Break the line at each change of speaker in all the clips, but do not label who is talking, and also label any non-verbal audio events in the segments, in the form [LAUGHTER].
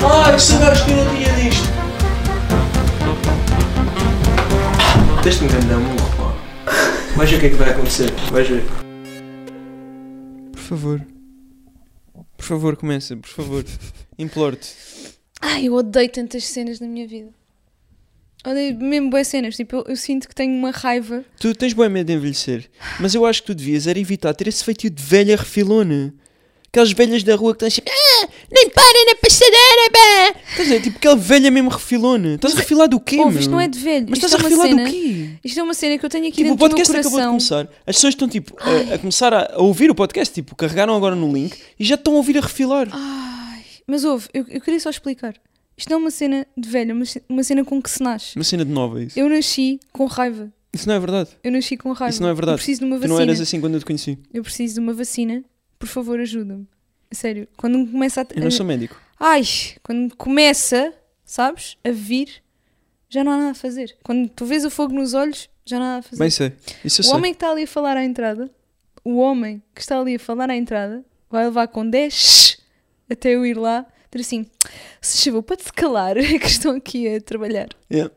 Caralho, sagares que eu não tinha disto! Deste-me um grande amor, pá. Vais ver o que é que vai acontecer, vais ver.
Por favor. Por favor, começa, por favor. Imploro-te.
Ai, eu odeio tantas cenas na minha vida. Odeio mesmo boas cenas. Tipo, eu, eu sinto que tenho uma raiva.
Tu tens bem medo de envelhecer, mas eu acho que tu devias era evitar ter esse feitio de velha refilona. Aquelas velhas da rua que estão sempre. Ah, nem para na passadeira, bá! Estás a dizer, tipo aquela velha mesmo refilona. Estás a refilar do quê,
Ouve,
meu?
isto não é de velho.
Mas
isto
estás a
é uma
refilar do
cena.
quê?
Isto é uma cena que eu tenho aqui
Tipo, o
dentro do meu
podcast acabou de
coração.
começar. As pessoas estão tipo a, a começar a, a ouvir o podcast, tipo, carregaram agora no link e já estão a ouvir a refilar.
Ai, mas ouve, eu, eu queria só explicar. Isto não é uma cena de velho, é uma, ce- uma cena com que se nasce.
Uma cena de nova isso.
Eu nasci com raiva.
Isso não é verdade.
Eu nasci com raiva.
Isso não é verdade.
Eu preciso de uma
Tu
vacina.
não eras assim quando eu te conheci.
Eu preciso de uma vacina. Por favor, ajuda-me. A Sério, quando me começa a.
Eu não sou médico.
Ai, quando começa, sabes, a vir, já não há nada a fazer. Quando tu vês o fogo nos olhos, já não há nada a fazer.
Bem sei. Isso eu
o
sei.
homem que está ali a falar à entrada, o homem que está ali a falar à entrada, vai levar com 10 até eu ir lá, ter assim, se chegou, pode-se calar, [LAUGHS] é que estão aqui a trabalhar.
É.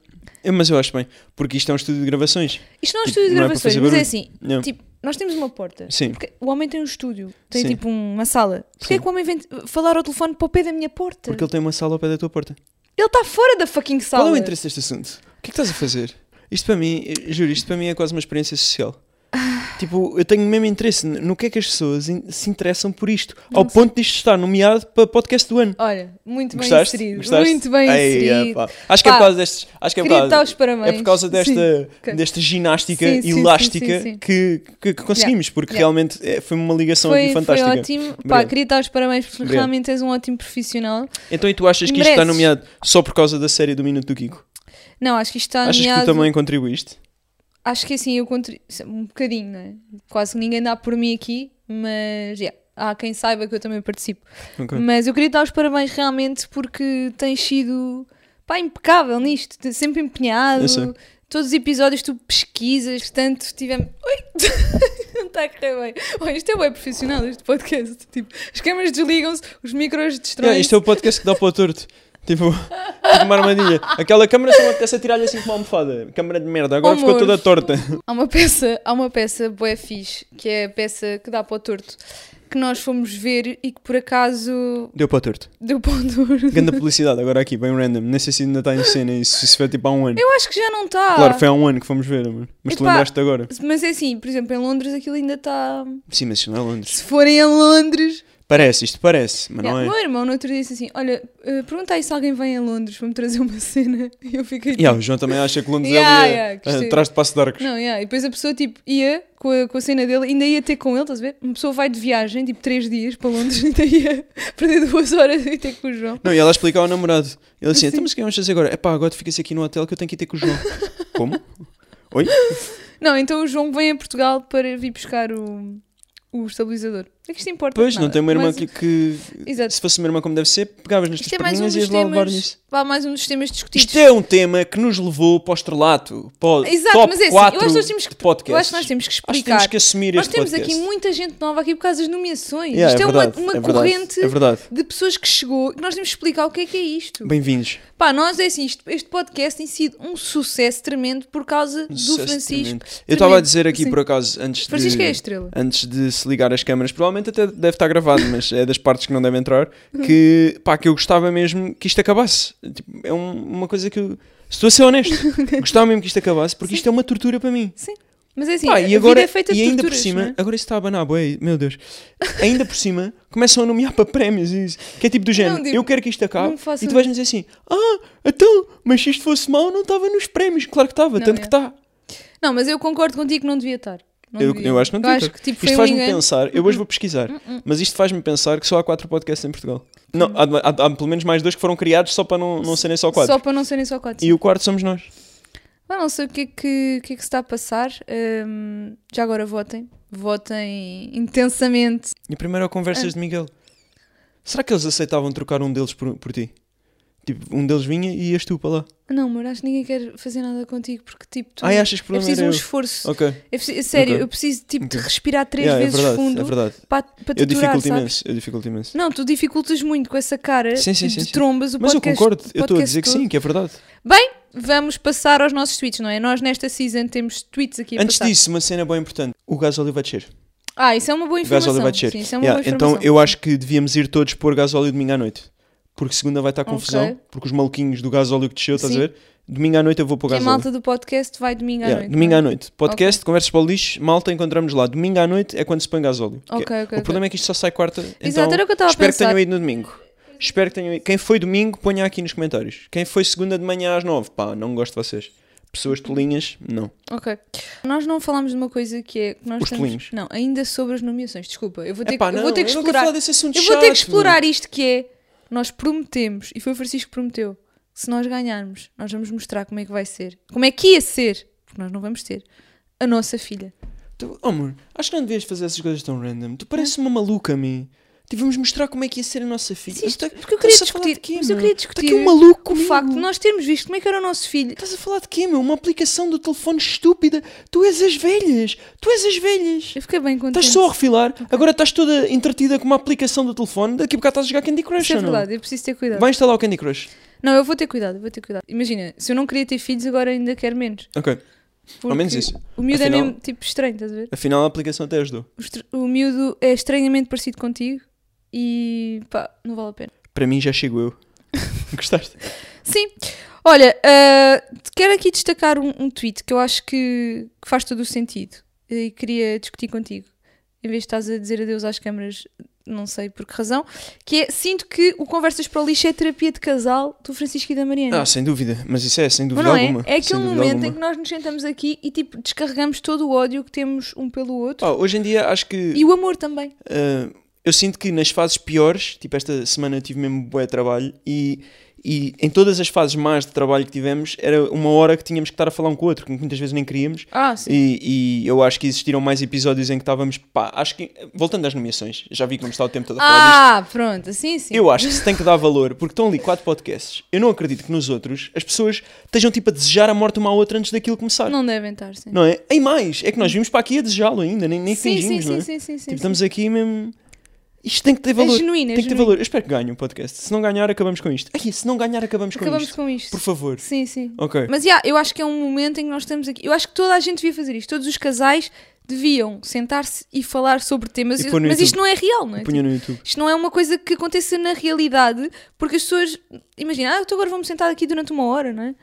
É, Mas eu acho bem, porque isto é um estúdio de gravações.
Isto não é um
Tipo,
estúdio de
não é para
gravações,
fazer
mas é
barulho.
assim,
Não.
tipo, nós temos uma porta.
Sim.
Porque o homem tem um estúdio, tem
Sim.
tipo uma sala. Porquê é
Sim.
que o homem vem falar ao telefone para o pé da minha porta?
Porque ele tem uma sala ao pé da tua porta.
Ele está fora da fucking sala.
Qual é o interesse deste assunto? O que é que estás a fazer? Isto para mim, eu juro, isto para mim é quase uma experiência
[LAUGHS]
social. Tipo, eu tenho o mesmo interesse no- no que é que as pessoas in- se interessam por isto, ao ponto disto estar nomeado para podcast do ano.
Olha, muito bem
Gostaste?
inserido.
Gostaste?
Muito bem
Ei, é,
inserido.
pá. Acho que é
Pá,
por causa destes. Acho que é por
Queria dar
causa,
os parabéns.
é por causa
Sim.
desta,
Ok.
desta ginástica
Sim, sim, sim,
elástica
sim, sim.
Que, que, que conseguimos, porque
Yeah.
realmente é, foi uma ligação
Foi,
aqui
foi
fantástica.
ótimo. Pá,
Obrigado.
queria dar os parabéns porque
Obrigado.
realmente és um ótimo profissional.
Então, e tu achas que isto está
Mereces.
nomeado só por causa da série do Minuto do Kiko?
Não, acho que isto está
Achas que
nomeado.
tu também contribuíste?
Acho que assim eu contribuo um bocadinho, não é? Quase que ninguém dá por mim aqui, mas yeah, há quem saiba que eu também participo.
Ok.
Mas eu queria dar os parabéns realmente porque tens sido pá, impecável nisto, te- sempre empenhado.
Eu sei.
Todos os episódios tu pesquisas, portanto tivemos. Oi! [LAUGHS] Não está a correr bem. Olha, isto é bem profissional, este podcast. Tipo, as câmaras desligam-se, os micros destroem.
Yeah, isto é o podcast que dá para o torto. Tipo, [LAUGHS] tipo uma armadilha. Aquela câmara só me apetece atirar-lhe assim com uma almofada. Câmara de merda, agora
Oh,
ficou
amor.
toda torta.
Há uma peça, há uma peça bué fixe, que é a peça que dá para o torto, que nós fomos ver e que por acaso
Deu para o torto.
deu para o torto.
Grande publicidade agora aqui, bem random. Nem sei se ainda está em cena isso. Se foi tipo há um ano.
Eu acho que já não está.
Claro, foi há um ano que fomos ver, mano. Mas tu
Ah. Epá.
lembraste agora.
Mas é assim, por exemplo, em Londres aquilo ainda está.
Sim, mas isso não é Londres.
Se forem a Londres.
Parece, isto parece, mas
Yeah,
não é.
Meu irmão no outro dia disse assim: Olha, eh, pergunta aí se alguém vem a Londres para me trazer uma [LAUGHS] cena. E eu fiquei tipo.
Yeah, o João também acha que Londres
Yeah,
é ali
yeah, que
eh,
isto é-
atrás de Passo de Arcos.
Não, yeah. e depois a pessoa tipo ia com a, com a cena dele, ainda ia ter com ele, estás a ver? Uma pessoa vai de viagem, tipo 3 dias para Londres, [LAUGHS] ainda ia perder duas horas e ter com o João.
Não, e ela explica ao namorado. Ele assim, então mas o que vamos fazer agora? Epá, agora fica-se aqui no hotel que eu tenho que ir ter com o
[LAUGHS]
João. Como? Oi?
Não, então o João vem a Portugal para vir buscar o, o estabilizador. É que isto importa.
Pois, não
nada.
tem uma irmã
Mais-
que, que-
Exato.
se fosse uma irmã como deve ser, pegavas nestas
Isto é mais um
perninhas
dos
e ias lá levar nisso.
temas. Vá, mais um dos temas discutidos.
Isto é um tema que nos levou para o estrelato, para o
Exato,
top
mas é assim, eu acho
4
que nós temos que-
de podcasts.
Eu acho que nós temos que
Acho que
explicar.
temos que assumir
nós
este
temos
podcast.
aqui muita gente nova aqui por causa das nomeações.
Yeah,
isto é,
verdade,
uma, uma
é verdade,
corrente
É verdade.
de pessoas que chegou e que nós temos que explicar o que é que é isto.
Bem-vindos.
Pá, nós é assim, isto- este podcast tem sido um sucesso tremendo por causa do
Um Sucesso
Francisco.
tremendo. Eh, Eu estava a
Tremendo,
dizer aqui,
sim.
por acaso, antes
Francisco
de...
é a estrela.
Antes de se ligar as câmaras, provavelmente até deve estar gravado, mas é das partes que não devem entrar. Que pá, que eu gostava mesmo que isto acabasse. Tipo, é um- uma coisa que eu. Estou a ser honesto,
[LAUGHS]
gostava mesmo que isto acabasse, porque isto é uma tortura para mim.
Mas é assim,
Pá,
a
e agora,
vida é feita de
e ainda por
torturas,
cima,
não é?
agora isso está a banar, boi, meu Deus. Ainda por cima, começam a nomear para prémios e isso, que é tipo do género,
tipo,
eu quero que isto acabe,
não façam-
e tu vais dizer assim, ah, então, mas se isto fosse mau, não estava nos prémios, claro que estava,
Não,
tanto
é.
que está.
Não, mas eu concordo contigo que não devia estar. Não
Eu,
devia.
eu acho que não tem
acho
tanto.
que tipo, foi
Isto
um
faz-me
engano. Hum,
pensar, eu hoje vou pesquisar, mas isto faz-me pensar que só há quatro podcasts em Portugal. Não, há, há- há pelo menos mais dois que foram criados só para não, não serem só quatro.
Só para não serem só quatro.
E o quarto somos nós.
Ah, não sei o que é que, o que, é que se está a passar. Ahm, já agora votem. Votem intensamente. Ah.
E primeiro é o Conversas de Miguel. Será que eles aceitavam trocar um deles por, por ti? Tipo, um deles vinha e ias tu para lá.
Não, amor, acho que ninguém quer fazer nada contigo porque, tipo, tu.
Ai, achas que o
é
problema
preciso
era
um
eu?
esforço.
Ok.
É preciso- sério,
Ok.
eu preciso, tipo, de
Ok.
respirar três
Yeah,
vezes
é verdade,
fundo
É verdade.
para, para te
Eu
aturar,
dificulto
sabes?
imenso. Eu dificulto imenso.
Não, tu dificultas muito com essa cara
Sim, sim,
de
sim, sim.
trombas o
Mas eu
podcast.
concordo. Eu estou a
podcast
dizer que
todo.
sim, que é verdade.
Vamos passar aos nossos tweets, não é? Nós nesta season temos tweets aqui a
Antes
passar.
disso, uma cena bem importante. O gasóleo vai descer.
Ah, isso é uma boa
O gasóleo
informação.
vai descer.
Sim, isso é uma
Yeah,
boa
então
informação.
eu acho que devíamos ir todos pôr gasóleo domingo à noite. Porque segunda vai estar confusão.
Ok.
Porque os maluquinhos do gasóleo que desceu, estás a
Sim.
ver? Domingo à noite eu vou pôr
Que a
gasóleo.
malta do podcast vai domingo à
Yeah,
noite.
Domingo
não
à
é?
noite. Podcast, conversas para o lixo, malta, encontramos lá. Domingo à noite é quando se põe gasóleo. Que-
Ok, ok.
O problema é que isto só sai quarta.
Exato,
então,
era o que eu estava a
Espero que
pensar.
tenham ido no domingo. Espero que tenham ido. Quem foi domingo, ponha aqui nos comentários. Quem foi segunda de manhã às nove? Pá, não gosto de vocês. Pessoas tolinhas, não.
Ok. Nós não falámos de uma coisa que é. Que nós
Os
estamos-
pelinhos.
Não, ainda sobre as nomeações. Desculpa, eu vou ter,
Epá,
que, eu
não,
vou ter que
eu não quero
explorar.
falar desse assunto
eu vou ter
chato.
que explorar isto que é. Nós prometemos, e foi o Francisco que prometeu, que se nós ganharmos, nós vamos mostrar como é que vai ser. Como é que ia ser, porque nós não vamos ter, a nossa filha.
Tu, oh, amor, acho que não devias fazer essas coisas tão random.
Hum?
Tu pareces uma maluca a mim. Tipo, vamos mostrar como é que ia ser a nossa filha.
Sim,
Tá-
isto- porque eu queria
estás a falar de
discutir.
quê,
mas eu
meu? Está
queria discutir
aqui um maluco
o
comigo.
facto de nós termos visto como é que era o nosso filho.
Estás a falar de quê, meu? Uma aplicação do telefone estúpida. Tu és as velhas. Tu és as velhas.
Eu fiquei bem contente. é
Estás só a refilar. Agora estás toda entretida com uma aplicação do telefone. Daqui a bocado estás a jogar Candy Crush,
Isso é
ou não?
verdade, eu preciso ter cuidado.
Vai instalar o Candy Crush.
Não, eu vou ter cuidado, vou ter cuidado. Imagina, se eu não queria ter filhos, agora ainda quero menos.
Ok.
porque
menos isso.
O miúdo é
Afinal-
mesmo tipo estranho, estás a ver?
Afinal, a aplicação até ajudou.
O estr- O miúdo é estranhamente parecido contigo e pá, não vale a pena.
Para mim já chego
[LAUGHS]
eu. Gostaste?
Sim. Olha, ah, quero aqui destacar um, um tweet que eu acho que, que faz todo o sentido e queria discutir contigo. Em vez de estás a dizer adeus às câmaras, não sei por que razão, que é sinto que o Conversas para o Lixo é a terapia de casal do Francisco e da Mariana.
Ah, sem dúvida. Mas isso é, sem
É. Mas
dúvida
não
alguma.
é?
Sem
É aquele
dúvida
momento
alguma.
em que nós nos sentamos aqui e tipo descarregamos todo o ódio que temos um pelo outro
Pá, hoje em dia acho que.
e o amor também.
Uh, eu sinto que nas fases piores, tipo esta semana eu tive mesmo bué trabalho e, e em todas as fases más de trabalho que tivemos era uma hora que tínhamos que estar a falar um com o outro, que muitas vezes nem queríamos.
Ah, sim.
E, e eu acho que existiram mais episódios em que estávamos, pá, acho que, voltando às nomeações, já vi que não me está o tempo todo a falar disto.
Ah, pronto, assim sim.
Eu acho que se tem que dar valor, porque estão ali quatro podcasts. Eu não acredito que nos outros as pessoas estejam tipo a desejar a morte uma à outra antes daquilo começar. Não,
Não devem estar, sim.
é? E mais, é que nós vimos para aqui a desejá-lo ainda, nem, nem
sim, sim,
fingimos, não é?
sim, sim, sim, sim.
Tipo, estamos aqui mesmo. Isto tem que ter valor.
genuíno,
tem
é
que ter
genuíno.
valor. Eu espero que ganhe o podcast. Se não ganhar, acabamos com isto. Ai, se não ganhar, acabamos, com
Acabamos
isto.
com isto.
Por favor.
Sim, sim.
Ok.
Mas yeah, eu acho que é um momento em que nós estamos aqui. Eu acho que toda a gente devia fazer isto. Todos os casais deviam sentar-se e falar sobre temas.
E pôr no
Mas isto
YouTube.
não é real, não é?
Punha no YouTube.
Isto não é uma coisa que aconteça na realidade, porque as pessoas. Imagina, ah, então agora vamos sentar aqui durante uma hora, não é?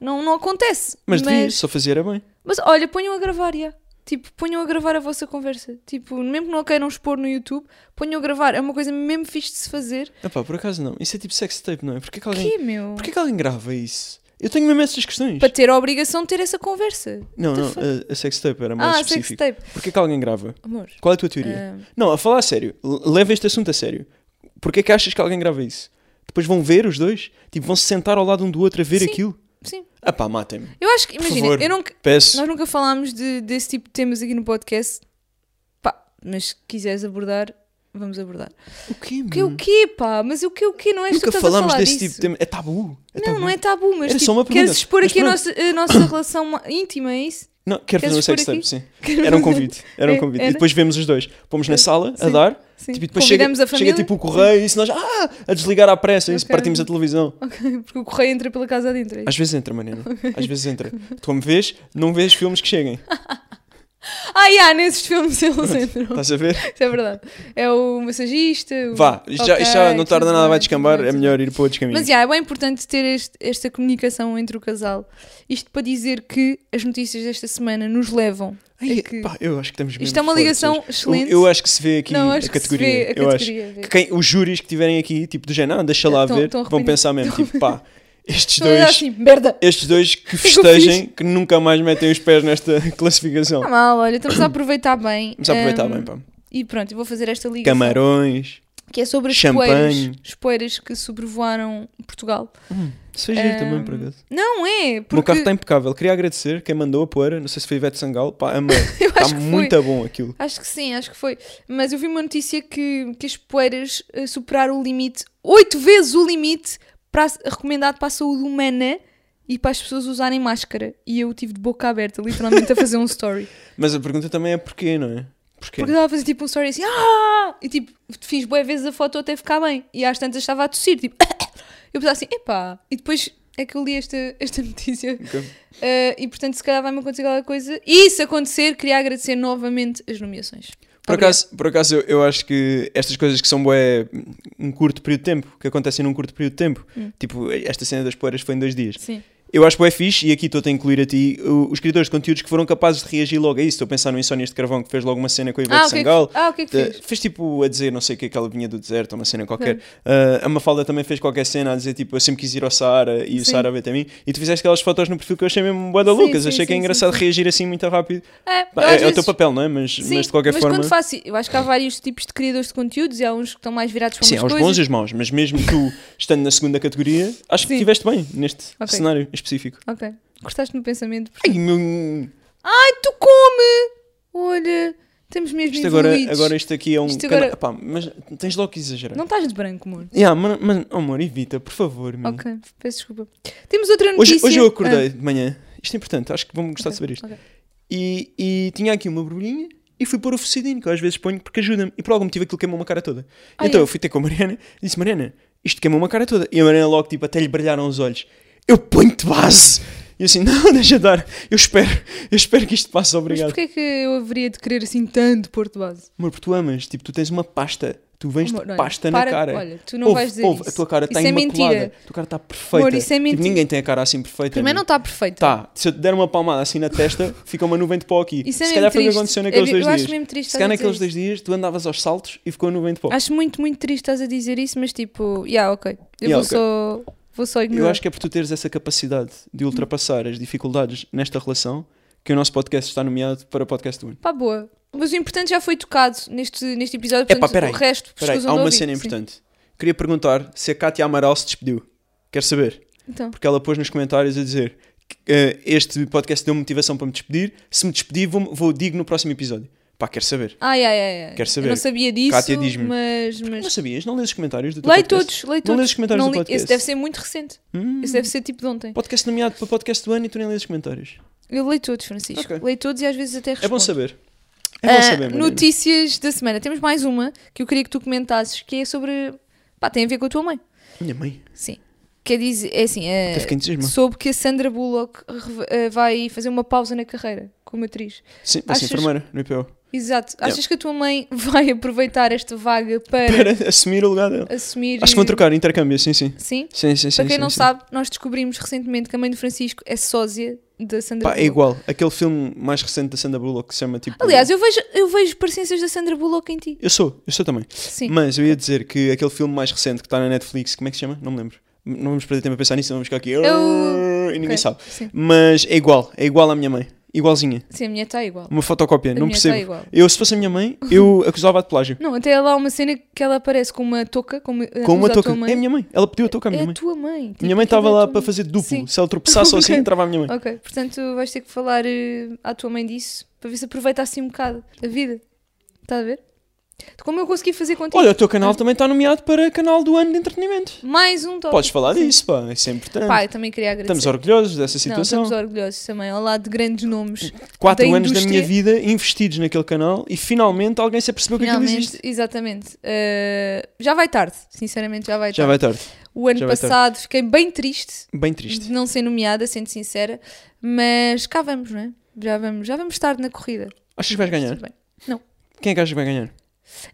Não, não acontece.
Mas, devia,
mas,
só fazia era bem.
mas olha, ponham a gravar, já. Tipo, ponham a gravar a vossa conversa. Tipo, mesmo que não a queiram expor no YouTube, ponham a gravar. É uma coisa mesmo fixe de se fazer.
Ah pá, por acaso não. Isso é tipo sex tape, não é? Porquê que alguém,
Que, meu?
Porquê que alguém grava isso? Eu tenho mesmo essas questões.
Para ter a obrigação de ter essa conversa.
Não,
What
não. eh,
the fuck?
A, a sex tape era mais
Ah,
específico.
sextape.
Porquê que alguém grava?
Amor.
Qual é a tua teoria?
ah,
Não, a falar a sério. L- Leva este assunto a sério. Porquê que achas que alguém grava isso? Depois vão ver os dois? Tipo, vão se sentar ao lado um do outro a ver
Sim.
aquilo?
sim.
Ah pá, matem-me.
Eu acho que,
Por
imagina,
favor.
eu nunca,
Peço.
nós nunca falámos de- desse tipo de temas aqui no podcast. Pá, mas se quiseres abordar, vamos abordar.
O quê,
O que é o
meu?
quê, pá? Mas o que é o quê? Não é isso que
Uhum. Nunca
tu estás a
falámos
falar
desse
disso.
tipo de tema. É tabu. É
Não,
tabu.
não é tabu, mas
Era
tipo,
só uma
queres
pergunta.
expor
Mas
aqui a
pronto. [COUGHS]
nossa, a nossa relação ma- íntima, é isso?
Não, quero
Queres
fazer um sex
expor
tape,
aqui?
sim. Era um convite. Era um
[LAUGHS] É,
convite.
era?
E depois vemos os dois. Pomos na sala a
Sim.
dar.
Sim.
Tipo, e depois chega,
Convidamos a família.
chega tipo o correio e isso nós. Ah! A desligar à pressa. e Isso
Ok.
partimos a televisão.
Ok, porque o correio entra pela casa adentro. é isso?
Às vezes entra, Mariana. Às vezes entra. Tu me vês, não vês filmes que cheguem.
Ah, yeah, nesses filmes eles entram.
Estás a ver?
[LAUGHS] Isso é verdade. É o massagista. o-
Vá. Isto já, isto já
Ok,
não tarda
tudo
nada,
bem,
vai
tudo
descambar.
bem,
É
tudo
melhor ir para outros caminhos.
Mas yeah, é bem importante ter este- esta comunicação entre o casal. Isto para dizer que as notícias desta semana nos levam. a
Ai,
que...
pá, eu acho que estamos mesmo
Isto é uma
fortes
ligação
hoje. Eu-
excelente.
Eu, acho que se vê aqui
Não,
a
acho que se
categoria.
vê a
Eu acho
categoria, vê.
que quem- os júris que estiverem aqui, tipo, do género, ah, deixa lá
Tão-
ver,
tão
vão
arrependidos.
pensar mesmo, tipo, pá, estes
Estão a olhar
dois,
assim, merda!
estes dois que
que eu
festejem, que nunca mais metem os pés nesta [LAUGHS] classificação.
Está Tá mal, olha, estamos a aproveitar bem.
Vamos aproveitar
Ahm,
bem, pá.
E pronto, eu vou fazer esta ligação.
Camarões,
Que é sobre as
Champanhe.
poeiras, as poeiras que sobrevoaram Portugal.
se fez giro
Ahm,
também, por acaso.
Não é,
O meu
Ehm, porque
carro está impecável. Queria agradecer quem mandou a poeira, não sei se foi Ivete Sangal, pá,
[LAUGHS]
amei.
eu acho
Está
que
tá muito
foi.
bom aquilo.
Acho que sim, acho que foi. Mas eu vi uma notícia que, que as poeiras eh, superaram o limite, oito vezes o limite para a- recomendado para a saúde humana e para as pessoas usarem máscara. E eu tive de boca aberta, literalmente, a fazer
[LAUGHS]
um story.
Mas a pergunta também é porquê, não é? Porquê?
Porque estava a fazer tipo um story assim, ah! E tipo, fiz boas vezes a foto até ficar bem. E às tantas estava a tossir, tipo, [LAUGHS] eu pensava assim, epá. E depois é que eu li esta, esta notícia.
Ok.
Eh, e portanto, se calhar vai-me acontecer aquela coisa. E se acontecer, queria agradecer novamente as nomeações.
Por
Obrigada.
acaso, por acaso eu, eu acho que estas coisas que são bué, um curto período de tempo, que acontecem num curto período de tempo,
Hum.
tipo esta cena das poeiras foi em dois dias.
Sim.
Eu acho bué fixe, e aqui estou a incluir a ti, o- os criadores de conteúdos que foram capazes de reagir logo a isso. Estou a pensar no Insónias de Carvão, que fez logo uma cena com a Ivete
Ah, o que é que,
Sangal.
ah, o que é que
Te-
fez?
Fez tipo a dizer não sei o que, aquela vinha do deserto, uma cena qualquer. Ah, a Mafalda também fez qualquer cena a dizer tipo eu sempre quis ir ao Saara e o
Sim.
Saara veio até mim. E tu fizeste aquelas fotos no perfil que eu achei mesmo boa da
Sim,
Lucas.
sim,
achei que é
sim,
engraçado
sim,
reagir assim muito rápido.
É,
Pá, é,
eu às
é o teu
vezes-
papel, não é? Mas,
Sim,
mas de qualquer
mas
forma.
quando faço, eu acho que há vários tipos de criadores de conteúdos e há uns que estão mais virados para
Sim,
umas
há os
coisas.
bons e os maus, mas mesmo tu estando na segunda categoria, acho que
Sim.
estiveste bem neste
Ok.
cenário específico.
Ok. Gostaste no pensamento?
Ai, meu-
Ai, tu come! Olha, temos mesmo
Isto agora,
evoluídos.
agora isto aqui é um.
Isto
cana-
agora-
Epá, mas tens logo que exagerar.
Não estás de branco, amor.
Yeah, mas, mas, oh, amor, evita, por favor. meu.
Ok, peço desculpa. Temos outra notícia. Ah,
Hoje, hoje eu acordei de manhã, isto é importante, acho que vão gostar de saber isto.
Ok.
E, e tinha aqui uma borbulhinha e fui pôr o focidinho, que eu às vezes ponho porque ajuda-me. E por algum motivo aquilo queimou uma cara toda.
Ah,
então
é?
eu fui ter com a Mariana e disse: Mariana, isto queimou uma cara toda. E a Mariana logo, tipo, até lhe brilharam os olhos: Eu ponho-te base! E eu assim: [LAUGHS] Não, deixa dar, eu espero, eu espero que isto passe,
Mas
obrigado.
porquê é que eu haveria de querer assim tanto Porto Base?
Amor, porque tu amas, tipo, tu tens uma pasta, tu vens
Amor,
de
olha,
pasta
para-
na cara.
olha, tu não
Ouve,
vais dizer
ouve,
isso.
a tua cara tá está
Isso é
imaculada,
mentira.
a tua cara está perfeita.
Amor, isso é
Tipo,
mentira.
ninguém tem a cara assim perfeita.
Primeiro
meu.
não está perfeito.
Tá, se eu te der uma palmada assim na testa, [LAUGHS] fica uma nuvem de pó aqui.
Isso é
se
mesmo
calhar foi o que
triste.
aconteceu
Eu
naqueles
vi-
dois
eu acho
dias.
mesmo triste
se calhar
estás a dizer
naqueles
isso.
dois dias tu andavas aos saltos e ficou a nuvem de pó.
Acho muito, muito triste estás a dizer isso, mas tipo, já, ok. Eu
Yeah,
vou,
ok.
Só, vou só ignorar.
Eu acho que é por tu teres essa capacidade de ultrapassar as dificuldades nesta relação que o nosso podcast está nomeado para podcast do ano.
Pá, boa. Mas o importante já foi tocado neste, neste episódio,
Epá,
portanto,
peraí,
o resto
Espera aí,
escusam
há
de
uma
ouvir.
cena
Sim.
importante. Queria perguntar se a Cátia Amaral se despediu. Quer saber?
Então,
Porque ela pôs nos comentários a dizer que, eh, este podcast deu motivação para me despedir. Se me despedir, vou, vou digo no próximo episódio. Pá, quer saber?
ai, ai, ai. ai.
Quero
Eu
saber.
não sabia disso,
Cátia, diz-me.
mas... mas...
Não sabias? Não lês os comentários do teu
Leio
podcast?
todos, leio
Não
todos.
lês os comentários
Não
do
li-
podcast?
Esse deve ser muito recente. Esse deve ser tipo de ontem.
Podcast nomeado para podcast do ano e tu nem lês os comentários.
Eu leio todos, Francisco.
Ok.
Leio todos e às vezes até respondo.
É bom saber. É
Ah,
bom saber, Mariana.
notícias da semana. Temos mais uma que eu queria que tu comentasses, que é sobre... Pá, tem a ver com a tua mãe.
Minha mãe.
Sim. Quer dizer, é assim... é-
Até fiquei entusiasmado.
Soube que a Sandra Bullock reve- eh, vai fazer uma pausa na carreira como atriz.
Sim, vai ser
achas-
enfermeira no IPO.
Exato.
Yeah.
Achas que a tua mãe [LAUGHS] vai aproveitar esta vaga para
Para [LAUGHS] assumir o lugar dela.
assumir. eh,
Acho que vão trocar, intercâmbio, sim, sim.
Sim.
Sim, sim, sim.
Para quem
sim,
não
sim.
sabe, nós descobrimos recentemente que a mãe do Francisco é sósia da Sandra
Pá, é
Bullock.
igual. Aquele filme mais recente da Sandra Bullock que se chama tipo.
Aliás, eu vejo, eu vejo parecenças da Sandra Bullock em ti.
Eu sou, eu sou também.
Sim.
Mas eu ia dizer que aquele filme mais recente que está na Netflix, como é que se chama? Não me lembro. Não vamos perder tempo a pensar nisso, vamos ficar aqui. E ninguém
Ok.
sabe.
Sim.
Mas é igual, é igual à minha mãe. Igualzinha.
Sim, a minha está igual.
Uma fotocópia,
A
não
minha está
percebo.
igual.
Eu, se fosse a minha mãe,
[LAUGHS]
eu acusava de plágio.
Não, até lá há uma cena que ela aparece com uma touca. Com uma,
Com uma
usa a tua
touca.
mãe.
É a minha mãe. Ela pediu a touca à minha
É a
mãe.
tua mãe.
Minha mãe estava
Tipo, aquilo é a
lá
tua
para
mãe.
fazer duplo.
Sim.
Se ela
[LAUGHS]
tropeçasse ou assim, entrava a minha mãe.
Ok, portanto vais ter que falar eh, à tua mãe disso para ver se aproveita assim um bocado a vida. Está a ver? Como eu consegui fazer contigo.
Olha, o teu canal também está nomeado para canal do ano de entretenimento.
Mais um tópico.
Podes falar disso, pá. Isso é importante.
Pá, eu também queria agradecer.
Estamos orgulhosos dessa
Não,
situação.
estamos orgulhosos também, ao lado de grandes nomes.
Quatro
da
anos da minha
indústria.
vida investidos naquele canal e finalmente alguém se apercebeu que aquilo
Finalmente,
existe.
exatamente. Eh, já vai tarde, sinceramente, já vai
Já
tarde.
vai tarde.
O ano
já vai
passado fiquei bem triste
Bem triste.
de não ser nomeada, sendo sincera, mas cá vamos, não é? Já vamos, já vamos estar na corrida.
Achas que vais ganhar?
Tudo bem.
Quem é que achas que vai ganhar?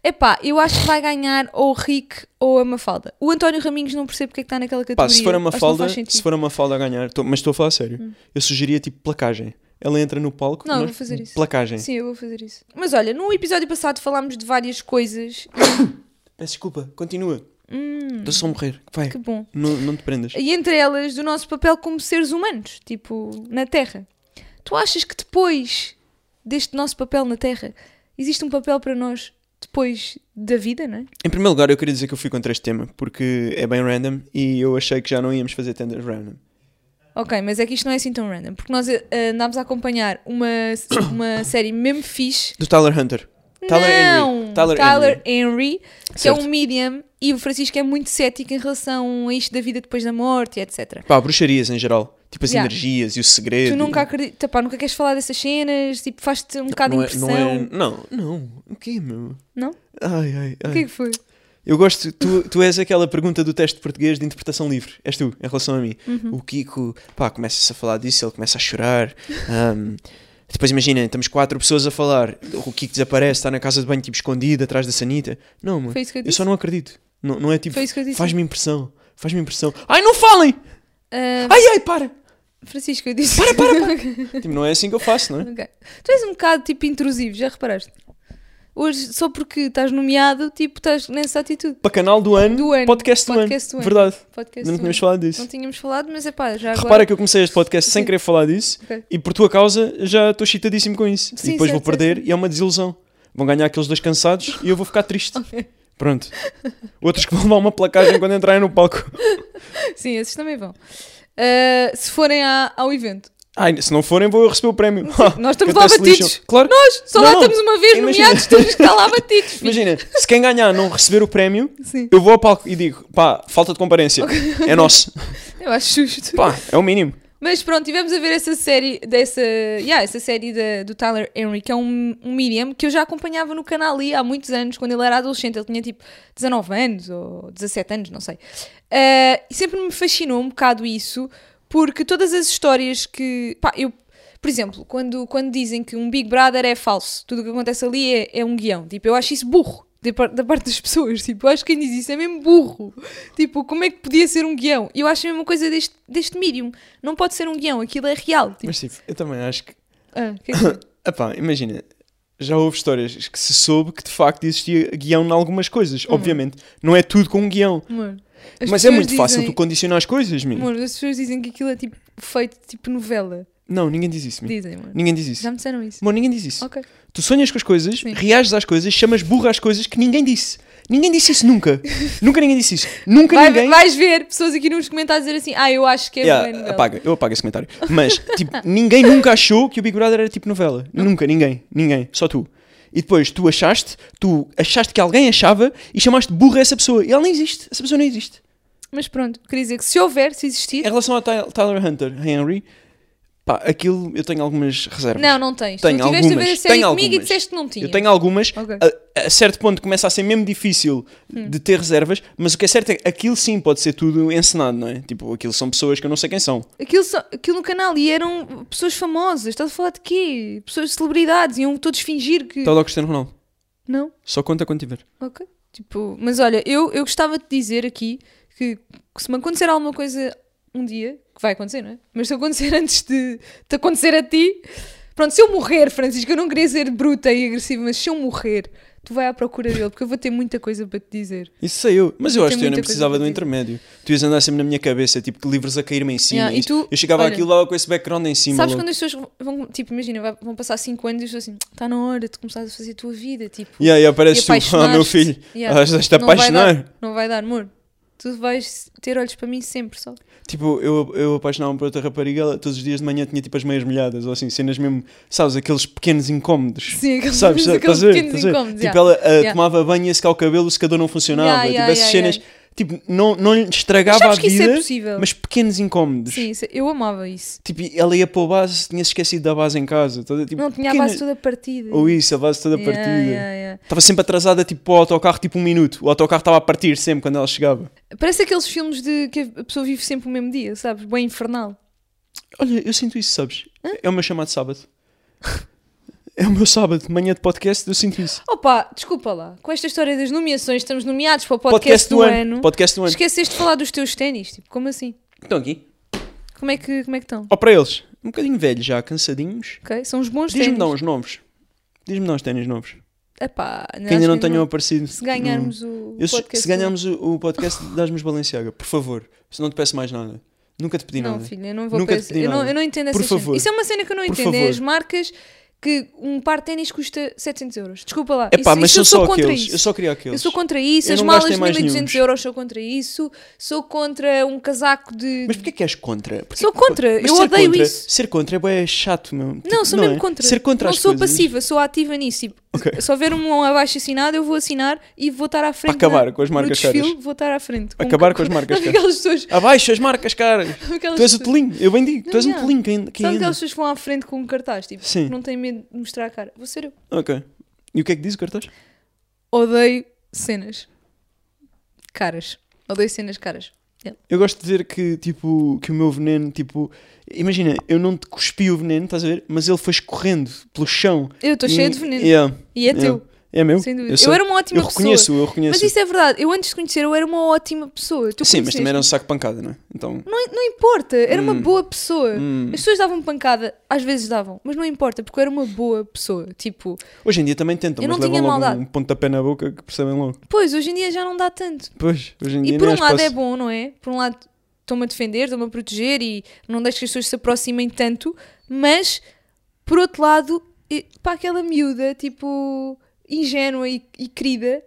Epá, eu acho que vai ganhar ou o Rick ou a Mafalda. O António Raminhos não percebe porque é que está naquela
Pá,
categoria.
se for a
Acho que não
Mafalda,
faz sentido. Hum.
se for a Mafalda a ganhar, tô- mas estou a falar a sério. Eu sugeria tipo placagem. Ela entra no palco.
Não, eu
nós-
vou fazer isso.
Placagem.
Sim, eu vou fazer isso. Mas olha, no episódio passado falámos de várias coisas. Hum,
Peço desculpa, continua. Estou só a morrer. Vai,
Que bom.
não, não te prendas.
E entre elas, do nosso papel como seres humanos, tipo, na Terra. Tu achas que depois deste nosso papel na Terra, existe um papel para nós depois da vida, não é?
Em primeiro lugar, eu queria dizer que eu fui contra este tema, porque é bem random e eu achei que já não íamos fazer tendas random.
Ok, mas é que isto não é assim tão [COUGHS] random, porque nós eh, andámos a acompanhar uma, uma série mesmo fixe
Do Tyler Hunter. Tyler
não.
Henry. Tyler
Henry, que
Certo.
é um medium, e o Francisco é muito cético em relação a isto da vida depois da morte, e etc.
Pá, bruxarias em geral. Tipo as
Yeah.
energias e o segredo.
Tu nunca acreditas, pá, nunca queres falar dessas cenas, tipo, faz-te um bocado
não é,
impressão.
não, é, não, não. O quê, meu?
Não?
Ai, ai, ai.
O que é que foi?
Eu gosto, tu, tu és aquela pergunta do teste de português de interpretação livre. És tu, em relação a mim.
Uhum.
O Kiko, pá, começa-se a falar disso, ele começa a chorar. ahm, depois imagina, estamos quatro pessoas a falar. O Kiko desaparece, está na casa de banho, tipo, escondido, atrás da sanita. Não, mano.
Foi isso que eu
Eu
disse?
só não acredito. Não, não é tipo,
Foi isso que eu disse.
faz-me impressão. Faz-me impressão. Ai, não falem!
Ah,
Ai, ai, para!
Francisco, eu
[LAUGHS]
disse. Para, para, [LAUGHS] para.
Tipo, não é assim que eu faço,
[LAUGHS]
não é?
Tu és um bocado tipo intrusivo, já reparaste? Hoje, só porque estás nomeado, tipo, estás nessa atitude.
Para canal do ano,
Do ano.
podcast do
Podcast
ano.
do ano.
Verdade.
Podcast
Ainda não
do
tínhamos
ano.
falado disso.
Não tínhamos falado, mas é pá, já agora.
Repara que eu comecei este podcast sem
Sim.
querer falar disso
Ok.
e por tua causa já estou chitadíssimo com isso.
Sim,
e depois vou
certo, certo,
perder e é uma desilusão. Vão ganhar aqueles dois cansados e eu vou ficar
[LAUGHS]
triste. Pronto. Outros que vão levar uma placagem quando entrarem no palco.
Sim, esses também vão. Ah, se forem à- ao evento,
Ai, se não forem, vou eu receber o prémio. [LAUGHS]
nós estamos
Que
lá
até se
batidos.
lixam. Claro.
nós só
Não,
lá
não.
estamos uma vez
Imagina.
nomeados, temos que estar lá batidos. filho.
Imagina, se quem ganhar não receber o prémio,
Sim,
eu vou ao palco e digo, pá, falta de comparência. É
[LAUGHS]
nosso.
eu acho justo.
Pá, é o mínimo.
Mas pronto, tivemos a ver essa série dessa, yeah, essa série da- do Tyler Henry, que é um, um medium que eu já acompanhava no canal ali há muitos anos, quando ele era adolescente, ele tinha tipo 19 anos ou 17 anos, não sei. Ah, e sempre me fascinou um bocado isso, porque todas as histórias que, pá, eu, por exemplo, quando, quando dizem que um Big Brother é falso, tudo o que acontece ali é, é um guião, tipo, eu acho isso burro. da par- Da parte das [LAUGHS] pessoas, tipo, eu acho que quem diz isso é mesmo burro. Tipo, como é que podia ser um guião? E Eu acho a mesma coisa deste, deste medium. Não pode ser um guião, aquilo é real. Tipo,
Mas tipo, eu também acho que
ah, o que é que-
Epá, imagina, já houve histórias que se soube que de facto existia guião em algumas coisas, obviamente. Não é tudo com um guião. [COUGHS]
Amor, Uhum. as
mas é
pessoas
muito fácil
dizem-
tu condicionar as coisas, menino.
Amor, as pessoas dizem que aquilo é tipo feito tipo novela.
Não, ninguém diz isso, menino.
Dizem, amor.
Ninguém diz isso.
Já me disseram isso.
Amor, ninguém diz isso.
Ok.
Tu sonhas com as coisas,
Sim.
reages às coisas, chamas burra às coisas que ninguém disse. Ninguém disse isso
[LAUGHS]
nunca. nunca ninguém disse isso. Nunca
Vai-
ninguém.
Vais ver pessoas aqui nos comentários dizer assim: Ah, eu acho que é
Yeah,
uma novela.
apaga, eu apago esse comentário. Mas, tipo, [LAUGHS] ninguém nunca achou que o Big Brother era tipo novela. Nunca, ninguém, ninguém, só tu. E depois tu achaste, tu achaste que alguém achava e chamaste burra essa pessoa. E ela nem existe, essa pessoa nem existe.
Mas pronto, queria dizer que se houver, se
Em
existir.
relação ao Ty- Tyler Hunter, Henry, pá, aquilo eu tenho algumas reservas.
Não, não tens.
Tenho
tu tiveste a ver a
algumas,
série
tenho
comigo e
algumas.
disseste que não tinha.
Eu tenho algumas,
Ok. Hum.
a, a certo ponto começa a ser mesmo difícil de ter reservas, mas o que é certo é que aquilo sim pode ser tudo encenado, não é? Tipo, aquilo são pessoas que eu não sei quem são.
Aquilo, só- aquilo no canal e eram pessoas famosas. Estás a falar de quê? Pessoas celebridades. Iam todos fingir que.
Tal ao Cristiano Ronaldo,
Não?
só conta quando tiver.
Ok. Tipo, mas olha, eu, eu gostava de dizer aqui que, que se me acontecer alguma coisa um dia, que vai acontecer, não é? Mas se acontecer [LAUGHS] antes de te acontecer a ti, pronto, se eu morrer, Francisco, eu não queria ser bruta e agressiva, mas se eu morrer, tu vai à procura dele, porque eu vou ter muita coisa para te dizer.
Isso sei eu. Mas eu
Tem
acho que eu nem
muita coisa
precisava de um
para
intermédio. Tu ias andar sempre na minha cabeça, tipo, de livros a cair-me em cima.
Yeah, e
isso.
tu-
eu chegava
olha,
aqui logo com esse background em cima.
Sabes
logo.
quando as pessoas vão, tipo, imagina, vai- vão passar 5 anos e as pessoas assim, está na hora de começar a fazer a tua vida, tipo.
Yeah, yeah,
e
apareces tu, [LAUGHS] ah,
apaixonaste-te."
meu filho,
Yeah.
yeah. estás-te a
Não vai dar,
apaixonar.
Não vai dar, amor. Tu vais ter olhos para mim sempre só.
Tipo, eu, eu apaixonava-me por outra rapariga, ela, todos os dias de manhã tinha tipo as meias molhadas, ou assim, cenas mesmo, sabes, aqueles pequenos incómodos.
Sim, [LAUGHS] aqueles,
Sabes,
aqueles
estás a ver?
pequenos
Estás a ver?
incómodos.
Tipo,
yeah.
ela ah,
Yeah.
tomava banho e ia secar o cabelo, o secador não funcionava.
Yeah, yeah,
tipo, essas
yeah,
cenas, tipo, não, não lhe estragava
sabes
a
que isso é
vida,
possível?
mas pequenos incómodos.
Sim, isso- eu amava isso.
Tipo, ela ia para o base, tinha-se esquecido da base em casa. toda, tipo,
Não, tinha a
pequena-
base toda partida.
Ou isso, a base toda
Yeah,
partida. Estava
yeah, yeah.
sempre atrasada tipo, para o autocarro, tipo um minuto. O autocarro estava a partir sempre quando ela chegava.
Parece aqueles filmes de que a pessoa vive sempre o mesmo dia, sabes? Bem infernal.
Olha, eu sinto isso, sabes? É o meu chamado sábado. é o meu sábado, manhã de podcast, eu sinto isso.
Opa, desculpa lá. Com esta história das nomeações, estamos nomeados para o
Podcast,
podcast, do, ano.
Podcast do ano.
Esqueceste de falar dos teus ténis, tipo, como assim?
Estão aqui.
Como é que, como é que estão?
Ó, para eles. Um bocadinho velhos já, cansadinhos.
Ok? São os bons
Diz-me
ténis.
dar uns novos. Diz-me dar uns ténis novos.
Epá, não
que ainda
acho
não
que
tenham aparecido.
Se ganharmos o
Eu se-
podcast. é?
se
do ano.
ganharmos o, o podcast, dás-me os Balenciaga, por favor. Se não te peço mais nada. Nunca te pedi
Não,
nada.
filha, eu não vou
Nunca te
para esse-
pedi
eu não,
nada.
eu não entendo
Por
essa cena.
favor.
Isso é uma cena que eu não
Por
entendo. É
favor.
as marcas que um par de ténis custa 700 euros. Desculpa lá.
Epá,
isso,
mas
isso eu
são só
sou contra
aqueles.
isso.
Eu só queria aqueles.
Eu sou contra isso,
Eu
as
não
malas
gasto
de
em mais
1200
nenhuns.
euros sou contra isso, sou contra um casaco de.
Mas porquê que és contra? Porquê-
Sou contra,
Mas
eu
ser
odeio
contra-
isso.
Ser contra é bué chato, meu. Tipo,
Não, sou mesmo
é?
contra.
Ser contra
não
as
sou
coisas.
passiva, sou ativa nisso. Tipo,
Ok.
Se houver um abaixo assinado, eu vou assinar e vou estar à frente.
acabar
na-
com as
no
marcas
desfile,
caras.
Vou estar à frente.
Acabar com as
[LAUGHS]
marcas
Sabe
caras.
aquelas pessoas.
Abaixo as marcas, cara.
Aquelas
Tu és o
pessoas-
telinho. Eu bem digo. Tu és um
Não,
telinho. Quem, quem
Sabe
anda?
aquelas pessoas que vão à frente com um cartaz? Tipo,
Sim.
não têm medo de mostrar a cara. Vou ser eu.
Ok. E o que é que diz o cartaz?
Odeio cenas. Caras. Odeio cenas caras.
Eu gosto de dizer que, tipo, que o meu veneno, tipo... Imagina, eu não te cuspi o veneno, estás a ver? Mas ele foi escorrendo pelo chão.
Eu estou
E-
cheia de veneno.
Yeah,
E é
yeah.
teu.
É meu?
Sem dúvida.
Eu,
Eu,
sou-
era uma ótima
eu
pessoa.
reconheço, eu reconheço.
Mas isso é verdade. Eu antes de conhecer, eu era uma ótima pessoa. Tu
Sim, mas também era um
conheceste-me.
saco de pancada, não é? Então...
Não, não importa. Era uma
Hum.
boa pessoa.
hum.
As pessoas davam pancada, às vezes davam, mas não importa, porque eu era uma boa pessoa. Tipo,
Hoje em dia também tentam,
Eu
mas
não tinha
levam logo
maldade.
um pontapé na boca que percebem logo.
pois, hoje em dia já não dá tanto.
Pois, hoje em dia
E por
nem
um
as
lado é
passo.
bom, não é? Por um lado estou-me a defender, estou-me a proteger e não deixo que as pessoas se aproximem tanto, mas por outro lado, e- pá, aquela miúda, tipo, ingênua e, e querida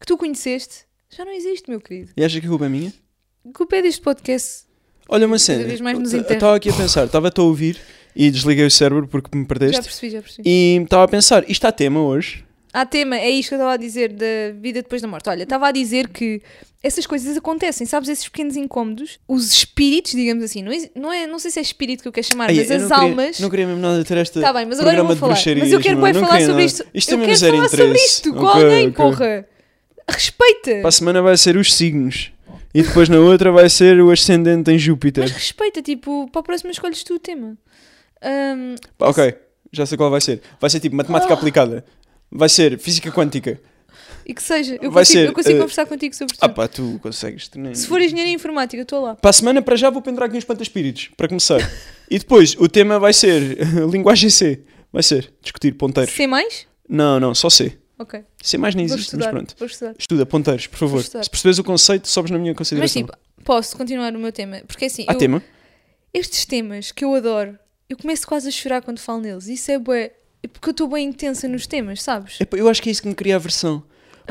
que tu conheceste, já não existe, meu querido.
E achas que a culpa é minha?
A Culpa é deste podcast.
Olha uma cena.
vez mais nos
eu
enterra.
estava aqui a pensar, estava-te a ouvir e desliguei o cérebro porque me
Já
perdeste.
percebi, já percebi.
E estava a pensar, isto há tema hoje?
Há tema, é isto que eu estava a dizer da vida depois da morte. Olha, estava a dizer que essas coisas acontecem, sabes? Esses pequenos incómodos, os espíritos, digamos assim, não, é, não, é, não sei se é espírito que eu quero chamar,
Ai,
mas
eu
as
não queria-
almas.
não queria mesmo nada ter este
Está Tá bem, mas agora eu
programa
vou
de
falar.
bruxarias.
Mas eu quero
meu,
bué
não
falar
queria
sobre
nada.
isto.
Isto
eu
também
quero
nos era
falar sobre
interesse.
isto com
Ok,
alguém,
ok.
porra. Respeita.
Para a semana vai ser os signos. E depois na outra vai ser o ascendente em Júpiter.
Mas respeita, tipo, para a próxima escolhes tu o tema. Ahm,
Pá, [LAUGHS] Ok, já sei qual vai ser. Vai ser tipo matemática
Ah.
aplicada. Vai ser física quântica.
e que seja, eu
Vai
consigo,
ser,
eu consigo
eh,
conversar contigo sobre
Ah
tudo.
pá, tu consegues. tu nem-
Se for engenharia informática, eu estou lá.
Para a semana, para já, vou pendurar aqui uns espíritos para
[LAUGHS]
começar. e depois, o tema vai ser [LAUGHS] linguagem C. Vai ser discutir ponteiros.
Sem é mais?
Não, não, só C.
Ok.
C mais nem
Vou
existe, mas
estudar.
pronto.
Vou estudar.
Estuda ponteiros, por favor.
estudar.
Se percebes o conceito, sobes na minha
Mas
consideração.
tipo, posso continuar o meu tema? Porque assim,
Há
eu-
tema?
estes temas que eu adoro, eu começo quase a chorar quando falo neles. Isso é bué. é Porque eu estou bem intensa nos temas, sabes?
Epá, Eu acho que é isso que me cria aversão.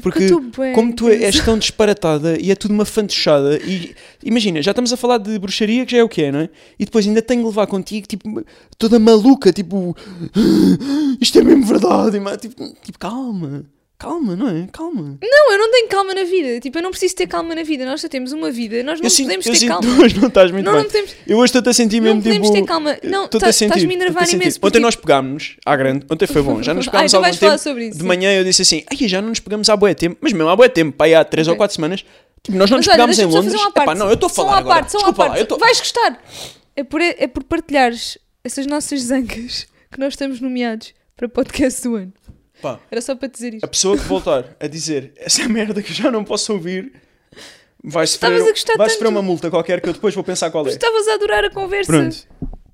porque
Porque,
eu tô bué
como tu
[LAUGHS]
és
intensa.
tão disparatada e é tudo uma fantochada, e imagina, já estamos a falar de bruxaria, que já é o que é, não é? E depois ainda tenho de levar contigo, tipo, toda maluca, tipo, [GASPS] isto é mesmo verdade, e ma- tipo, tipo, calma, calma, não é? Calma.
Não, eu não tenho calma na vida. Tipo, eu não preciso ter calma na vida. Nós só temos uma vida. Nós não podemos ter
[LAUGHS]
calma.
tu hoje não estás muito
Não,
bem.
não podemos-
Eu hoje estou-te a sentir
Não
mesmo,
podemos
tipo...
ter calma. Não,
estou-te
tá-
a sentir,
estás-me a
estou-te
enervar
sentir.
imenso.
então Ontem
porque-
nós pegámos-nos à grande. Ontem foi bom, já nos
[LAUGHS] Ai,
pegámos
tu
há algum
vais falar
tempo.
sobre isso,
de
sim.
manhã eu disse assim: Ai, já não nos pegamos há boé tempo. Mas mesmo há boé tempo, pá, aí há 3 ou
Ok.
4 semanas. Tipo, nós não nos
Mas olha,
pegámos em
deixa-me só
Londres.
fazer uma
Epá,
parte.
não, eu estou a
Só
falar
uma
agora.
parte, só uma
Desculpa lá,
parte.
eu tô-
Vais gostar. É por, é por partilhares essas nossas zangas que nós estamos nomeados para podcast do ano.
Pá.
Era só para dizer isto.
A pessoa que voltar a dizer essa merda que eu já não posso ouvir vai
Estavas
sofrer,
a gostar
vai sofrer
tanto.
uma multa qualquer que eu depois vou pensar qual
Mas
é.
estavas a adorar a conversa.
Pronto.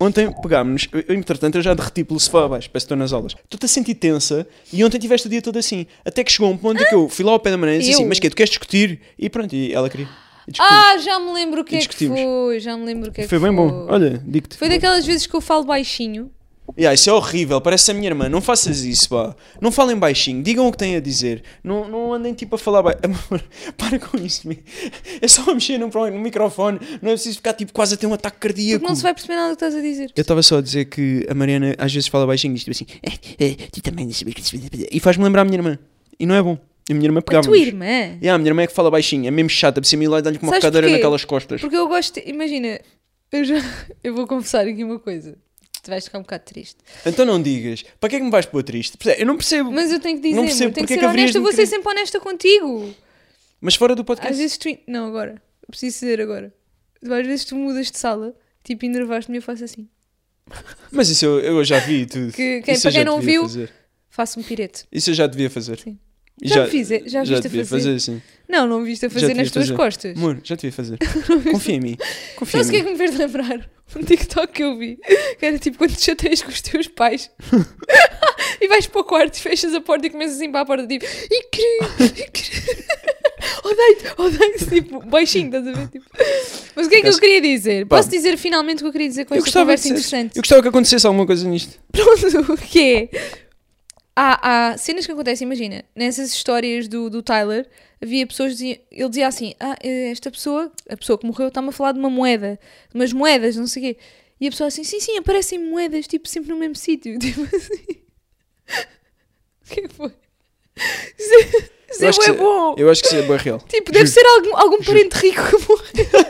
Ontem pegámos-nos, eu- eu, entretanto eu já derreti pelo sofá abaixo, parece que estou nas aulas. Estou-te a sentir tensa e ontem tiveste o dia todo assim. Até que chegou um ponto em que eu fui lá ao pé da Mariana e disse
Eu?
assim: Mas que tu queres discutir? E pronto, e ela queria. E discutimos.
Ah, já me lembro o que
E
é que
discutimos.
foi. Já me lembro o que é que
foi
foi.
bem bom. Olha, digo-te.
Foi daquelas vezes que eu falo baixinho.
Yeah, isso é horrível, parece a minha irmã. Não faças isso, pá. Não falem baixinho, digam o que têm a dizer. Não, não andem tipo a falar baixo. Amor, [LAUGHS] para com isso. meu. É só mexer no, pro- no microfone. Não é preciso ficar tipo quase a ter um ataque cardíaco.
Porque não se vai perceber nada do que estás a dizer.
Eu estava só a dizer que a Mariana às vezes fala baixinho e diz tipo assim: "Eh, eh, Tu também não sabes que se faz-" E faz-me lembrar a minha irmã. E não é bom. A minha irmã
A
pegava.
tua irmã.
Yeah, a minha irmã é que fala baixinho, é mesmo chata, precisa me ir lá e dar-lhe com uma
Sabes
cadeira
porquê?
naquelas costas.
Porque eu gosto. de- Imagina, eu já. Eu vou confessar aqui uma coisa. Tu vais ficar um bocado triste.
Então não digas, para que é que me vais pôr triste? Eu não percebo.
Mas eu tenho que dizer,
Não percebo
eu tenho
porque
que
é
ser
que haverias
honesta, eu
de
vou
me
ser
querer- é
sempre honesta contigo.
Mas fora do podcast.
Às vezes tu. en- Não, agora. Eu Preciso dizer agora. Tu Às vezes tu mudas de sala, tipo, enervaste-me e eu faço assim.
Mas isso eu, eu já vi tudo.
Que- quem-
Isso
para
eu já
quem não
devia
viu-
fazer.
Faço um pirete.
Isso eu já devia fazer.
Sim.
E
Já me fiz, é- já viste a
devia
fazer?
sim.
Não, não viste a
Já
fazer
devia
nas tuas
fazer.
costas.
Amor, já devia
[LAUGHS]
fazer. Confia em mim. Confia em
Sabes o que é
mim.
que me fez lembrar? [LAUGHS] Um TikTok que eu vi. Que era tipo quando te chateias com os
[LAUGHS]
teus pais e vais para o quarto e fechas a porta e começas assim para a porta tipo e querido, [LAUGHS] odeio-te, odeio-te, tipo baixinho, estás a ver? Tipo. Mas o que é que eu
Parece-
queria dizer?
Pá.
Posso dizer finalmente o que eu queria dizer com
Eu
esta
gostava, que
conversa
dissesse-
interessante?
eu gostava que acontecesse alguma coisa nisto.
Pronto, [LAUGHS] o que é? Há, há cenas que acontecem, imagina, nessas histórias do, do Tyler, havia pessoas que diziam, ele dizia assim, ah, eh, esta pessoa, a pessoa que morreu, está-me a falar de uma moeda, de umas moedas, não sei o quê. E [LAUGHS] a pessoa assim, sim, sim, aparecem moedas, tipo, sempre no mesmo sítio, tipo assim. Quem foi? Zé- Zé
acho que
é
Zé-
bom!
Eu acho que isso é bué real.
Tipo, deve
Juro.
ser algum, algum parente rico que morre.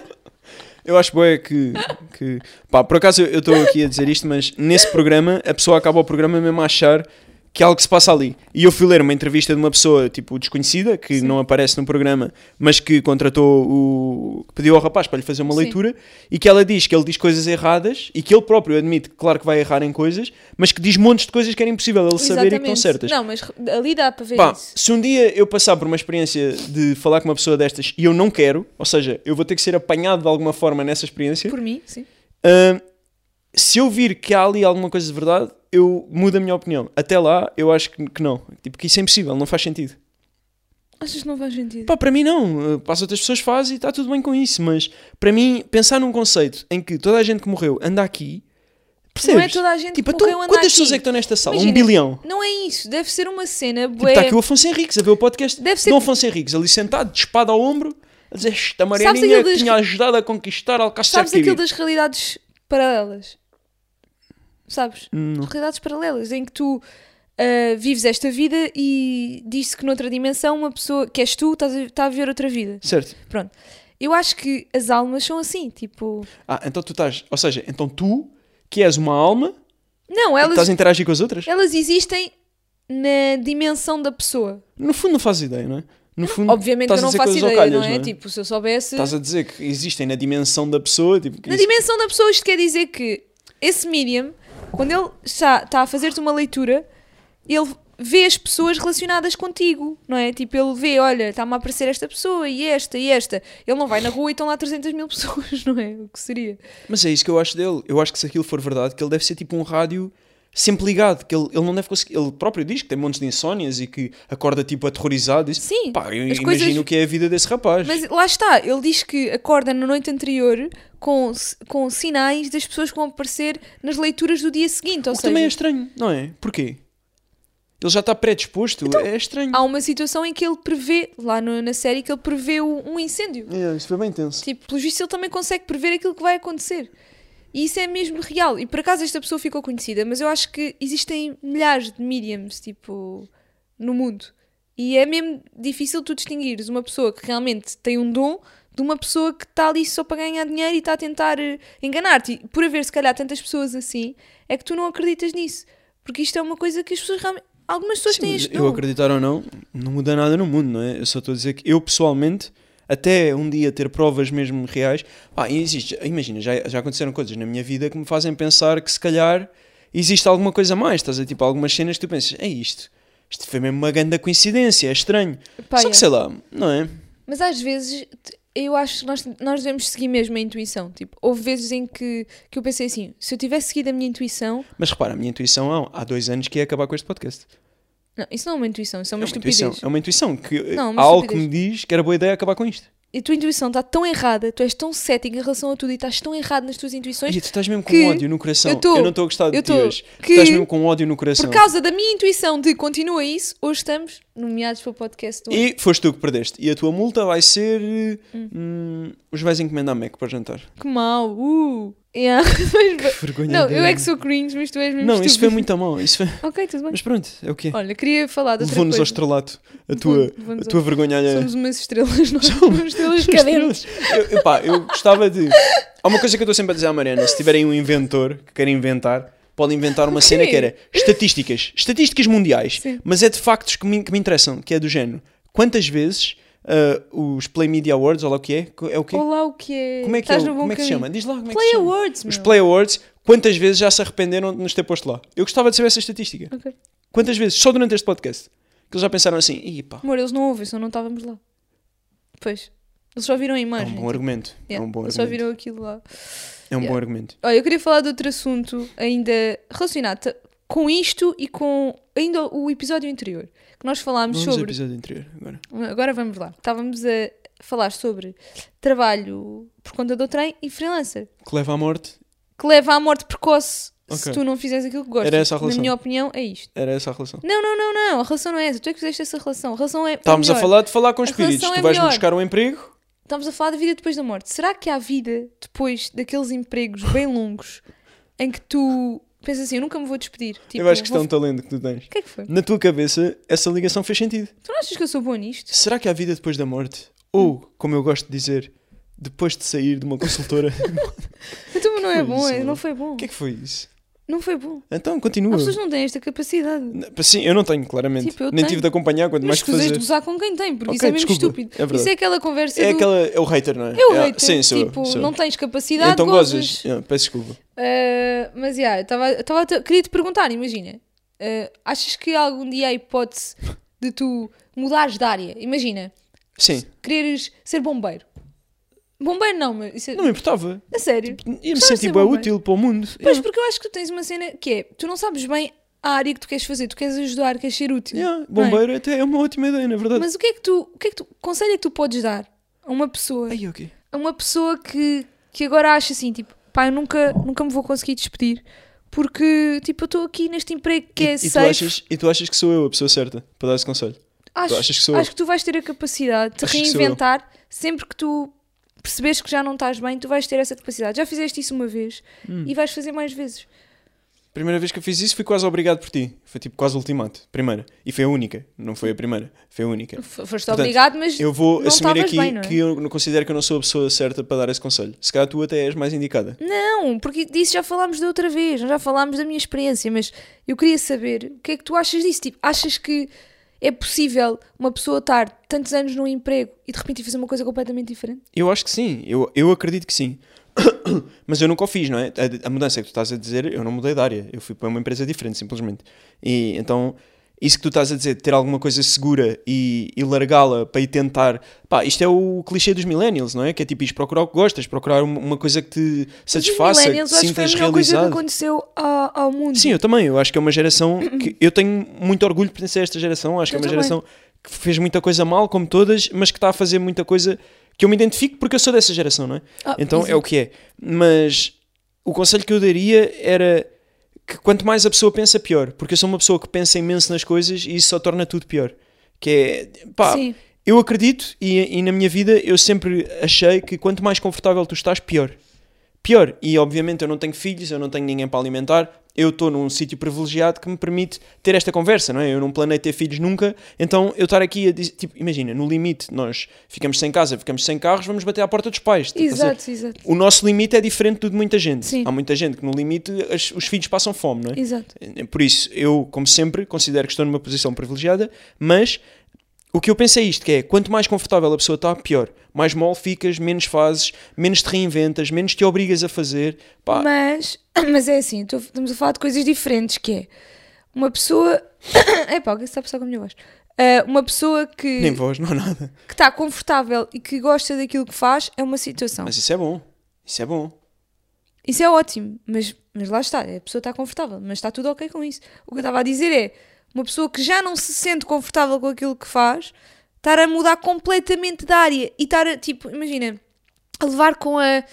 Eu acho bué que, que... Pá, por acaso eu estou aqui a dizer isto, mas nesse programa a pessoa acaba o programa mesmo a achar que algo se passa ali. E eu fui ler uma entrevista de uma pessoa, tipo, desconhecida, que não aparece no programa, mas que contratou o... que pediu ao rapaz para lhe fazer uma
Sim.
leitura e que ela diz que ele diz coisas erradas e que ele próprio admite que claro que vai errar em coisas, mas que diz montes de coisas que era impossível ele saber e que estão
Exatamente.
certas.
Não, mas ali dá para ver
Pá,
isso.
se um dia eu passar por uma experiência de falar com uma pessoa destas e eu não quero, ou seja, eu vou ter que ser apanhado de alguma forma nessa experiência,
Por mim, sim.
hum, se eu vir que há ali alguma coisa de verdade, eu mudo a minha opinião. Até lá, eu acho que, que não. Tipo, que isso é impossível, não faz sentido.
Achas que não faz sentido?
Pá, para mim não. Uh, Para as outras pessoas faz e está tudo bem com isso, mas para mim, pensar num conceito em que toda a gente que morreu anda aqui, percebes?
Não é toda a gente
tipo,
que
então,
morreu anda
quantas
aqui.
pessoas é que estão nesta sala? um
Imagina,
bilhão.
Não é isso, deve ser uma cena
Tipo,
bué.
está aqui o Afonso Henriques a ver o podcast.
Deve ser-
Não Afonso Henriques, ali sentado, de espada ao ombro, a dizer esta Marianinha
aquilo das-
tinha ajudado a conquistar Alcácer
Sabes aquilo
Quibir.
das realidades paralelas? Sabes?
Não.
Realidades paralelas em que tu ah, vives esta vida e diz-se que noutra dimensão uma pessoa que és tu está a, está a viver outra vida.
Certo.
Pronto. Eu acho que as almas são assim, tipo.
Ah, então tu estás... Ou seja, então tu, que és uma alma,
Não,
e
elas,
Tipo, estás a interagir com as outras?
elas existem na dimensão da pessoa.
No fundo não fazes ideia, não é? No fundo,
Obviamente que
estás
eu
a
não
dizer
faço
coisas
ideia,
ocalhas,
não, é? Tipo, se eu soubesse.
Estás a dizer que existem na dimensão da pessoa, tipo, que
Na
isso-
dimensão da pessoa, isto quer dizer que esse medium, quando ele está, está a fazer-te uma leitura, ele vê as pessoas relacionadas contigo, não é? Tipo, ele vê, olha, está-me a aparecer esta pessoa e esta e esta. Ele não vai na rua e estão lá 300 mil [LAUGHS] pessoas, não é? O que seria?
Mas é isso que eu acho dele. Eu acho que se aquilo for verdade, que ele deve ser tipo um rádio sempre ligado, que ele, ele não deve conseguir. Ele próprio diz que tem montes de insónias e que acorda tipo aterrorizado. Diz,
Sim,
Pá, eu
as
imagino
coisas-
o que é a vida desse rapaz.
Mas lá está, ele diz que acorda na noite anterior com, com sinais das pessoas que vão aparecer nas leituras do dia seguinte, ou
o que também é
seja,
estranho, não é? Porquê? Ele já está predisposto, é estranho.
Então, há uma situação em que ele prevê, lá no- na série, que ele prevê o- um incêndio.
É, isso foi bem intenso.
Tipo, pelo visto ele também consegue prever aquilo que vai acontecer. E isso é mesmo real. E por acaso esta pessoa ficou conhecida, mas eu acho que existem milhares de mediums, tipo, no mundo. E é mesmo difícil tu distinguires uma pessoa que realmente tem um dom de uma pessoa que está ali só para ganhar dinheiro e está a tentar eh, enganar-te. E por haver, se calhar, tantas pessoas assim, é que tu não acreditas nisso. Porque isto é uma coisa que as pessoas realmente. Algumas pessoas
Sim,
têm
mas
este
eu
dom.
acreditar ou não, não muda nada no mundo, não é? Eu só estou a dizer que eu pessoalmente, até um dia ter provas mesmo reais, pá, existe, imagina, já, já aconteceram coisas na minha vida que me fazem pensar que se calhar existe alguma coisa a mais, estás a tipo algumas cenas que tu pensas, é isto, isto foi mesmo uma grande coincidência, é estranho.
Pá,
só que
é.
sei lá, não é?
Mas às vezes t- eu acho que nós, nós devemos seguir mesmo a intuição. Tipo, houve vezes em que, que eu pensei assim: se eu tivesse seguido a minha intuição.
Mas repara, a minha intuição há- há dois anos que ia acabar com este podcast.
Não, isso não é uma intuição, isso é uma,
é uma
estupidez.
intuição, é uma intuição que
Não, uma
há algo que me
estupidez.
diz que era boa ideia acabar com isto.
E a tua intuição está tão errada, tu és tão cético em relação a tudo e estás tão errado nas tuas intuições
Ih, tu estás mesmo com
que-
ódio no coração.
eu
Eu,
tô-
não estou a gostar de
eu
ti
tô-
hoje.
que-
Tu estás mesmo com ódio no coração.
por causa da minha intuição de continua isso, hoje estamos nomeados para o podcast do. ano.
E foste tu que perdeste. E a tua multa vai ser. eh, hum, os vais encomendar Mac para jantar.
Que mal! Uh! Yeah, mas-
Que vergonha.
[LAUGHS] não, eu
dele.
é [LAUGHS] que sou cringe, mas tu és mesmo.
Não, isso foi
estúpido.
muito a mal. Isso foi...
[LAUGHS] Ok, tudo bem.
Mas pronto, é o que é.
Olha, queria falar de outra
Levou-nos
coisa.
ao estrelato. A tua,
levou-nos
a tua vergonha alheia.
Somos umas
[LAUGHS]
estrelas, nós somos estrelas cadentes.
Eu, eu, pá, eu gostava de. Há uma coisa que eu estou sempre a dizer à Mariana: se tiverem um inventor que quer inventar, pode inventar uma
O quê?
cena que era estatísticas, estatísticas mundiais,
Sim.
mas é de factos que me, que me interessam, que é do género. Quantas vezes ah, os Play Media Awards, olha o que é, co- é o quê?
Olá, o que é?
Como é que, é,
Estás
o-
no bom
como é que se
caminho.
chama? Diz lá como é que se
Play
chama.
Awards,
Os
meu.
Play Awards, quantas vezes já se arrependeram de nos ter posto lá? Eu gostava de saber essa estatística.
Ok.
Quantas vezes, só durante este podcast, que eles já pensaram assim, "Ih, pá,
Amor, eles não ouvem, senão não estávamos lá. Pois. Eles só viram a
é
imagem.
um bom argumento. É
Yeah,
um bom
Eles só
argumento.
viram aquilo lá.
É um bom argumento.
Olha, eu queria falar de outro assunto ainda relacionado ta- com isto e com ainda o episódio anterior, que nós falámos
Vamos ao
sobre...
episódio anterior agora.
Agora vamos lá. Estávamos a falar sobre trabalho por conta do trem e freelancer,
Que leva à morte.
que leva à morte precoce se
Ok.
tu não fizeres aquilo que gostas.
Era essa a
Na
relação.
minha opinião, é isto.
Era essa a relação.
Não, não, não, não. A relação não é essa. Tu é que fizeste essa relação. A relação é. é
Estávamos a
melhor.
falar de falar com
A
espíritos.
relação
Tu
é
vais-me
melhor.
buscar um emprego?
Estamos a falar da vida depois da morte. Será que há vida depois daqueles empregos bem longos em que tu Pensa assim, eu nunca me vou despedir. Tipo,
eu acho que isto é
vou-
um talento que tu tens.
O que é que foi?
Na tua cabeça, essa ligação fez sentido.
Tu não achas que eu sou boa nisto?
Será que há vida depois da morte? Ou, como eu gosto de dizer, depois de sair de uma consultora.
[LAUGHS] Então mas não é
foi
bom,
isso,
é-
mano?
não foi bom.
o que é que foi isso?
Não foi bom.
Então, continua.
As pessoas não têm esta capacidade.
N- Sim, eu não tenho, claramente.
Tipo, eu
Nem
tenho.
tive de acompanhar, quanto
Mas
mais que fazer.
escusas de gozar com quem tem, porque
Ok,
isso é mesmo
desculpa.
estúpido.
É verdade.
isso é aquela conversa
É,
do...
aquela, é o hater, não é?
Eu
É,
hater,
Sim, sou,
tipo,
sou.
não tens capacidade,
então
gozas.
gozas. É, peço desculpa.
Ah, mas, yeah, eu tava, eu tava a te- queria te perguntar, imagina. ah, achas que algum dia há hipótese de tu mudares de área? Imagina,
Sim,
Tipo, quereres ser bombeiro. Bombeiro não, mas isso é...
não tipo, me importava.
A sério.
Ia me
Gostava de
sentir
ser
bem
bombeiro.
útil para o mundo.
Pois, porque eu acho que tu tens uma cena que é, tu não sabes bem a área que tu queres fazer, tu queres ajudar, queres ser útil.
Yeah,
não é?
bombeiro até é uma ótima ideia, na verdade.
Mas o que é que tu, o que é que tu, que conselho é que tu podes dar a uma pessoa,
Ai, ok.
a uma pessoa que, que agora acha assim, tipo, pá, eu nunca, nunca me vou conseguir despedir, porque, tipo, eu estou aqui neste emprego que é
e, e, tu
safe,
achas, e tu achas que sou eu a pessoa certa para dar esse conselho?
acho,
achas que sou
acho
eu?
que tu vais ter a capacidade de te
Achas que sou eu?
reinventar sempre que tu perceberes que já não estás bem, tu vais ter essa capacidade. Já fizeste isso uma vez
Hum.
e vais fazer mais vezes.
Primeira vez que eu fiz isso fui quase obrigado por ti. Foi tipo quase ultimato. Primeira. E foi a única. Não foi a primeira. Foi a única.
F- Foste
Portanto,
obrigado, mas
Eu vou
não
assumir
estavas
aqui
bem, não é?
que eu não considero que eu não sou a pessoa certa para dar esse conselho. Se calhar tu até és mais indicada.
Não, porque disso já falámos da outra vez, nós já falámos da minha experiência, mas eu queria saber o que é que tu achas disso? Tipo, achas que é possível uma pessoa estar tantos anos num emprego e de repente ir fazer uma coisa completamente diferente?
Eu acho que sim, eu, eu acredito que sim. [COUGHS] Mas eu nunca o fiz, não é? A, a mudança que tu estás a dizer, eu não mudei de área. Eu fui para uma empresa diferente, simplesmente. E então, isso que tu estás a dizer, de ter alguma coisa segura e, e largá-la para ir tentar. Pá, isto é o clichê dos millennials, não é? Que é tipo, ires procurar o que gostas, procurar uma, uma coisa que te
Os
satisfaça, que
millennials,
te
eu acho que foi a
sintas
melhor coisa que
realizado.
aconteceu ao, ao mundo.
Sim, eu também. Eu acho que é uma geração
[CLEARS THROAT]
que. Eu tenho muito orgulho de pertencer a esta geração. Acho
Eu
que é uma
também.
geração que fez muita coisa mal, como todas, mas que está a fazer muita coisa que eu me identifico porque eu sou dessa geração, não é?
Ah,
então é
exato.
o que é. Mas o conselho que eu daria era que quanto mais a pessoa pensa, pior. Porque eu sou uma pessoa que pensa imenso nas coisas e isso só torna tudo pior. Que é. Pá,
Sim.
eu acredito e, e na minha vida eu sempre achei que quanto mais confortável tu estás, pior. Pior. E obviamente eu não tenho filhos, eu não tenho ninguém para alimentar. Eu estou num sítio privilegiado que me permite ter esta conversa, não é? Eu não planei ter filhos nunca, então eu estar aqui a dizer, tipo, imagina, no limite, nós ficamos sem casa, ficamos sem carros, vamos bater à porta dos pais. Estás a ver?
Exato, exato,
O nosso limite é diferente do de muita gente.
Sim.
Há muita gente que no limite as- os filhos passam fome, não é?
exato.
Por isso, eu, como sempre, considero que estou numa posição privilegiada, mas o que eu penso é isto, que é, quanto mais confortável a pessoa está, pior. Mais mole ficas, menos fazes, menos te reinventas, menos te obrigas a fazer. Pá,
Mas, [COUGHS] mas é assim, tô- estamos a falar de coisas diferentes, que é uma pessoa... [COUGHS] Epá, o que é que se está a passar com a minha voz? Ah, uma pessoa que...
nem voz, não há nada.
que está confortável e que gosta daquilo que faz é uma situação.
Mas isso é bom. Isso é bom.
Isso é ótimo, mas, mas lá está, a pessoa está confortável, mas está tudo ok com isso. O que eu estava a dizer é uma pessoa que já não se sente confortável com aquilo que faz, estar a mudar completamente de área e estar a, tipo, imagina, a levar com, a,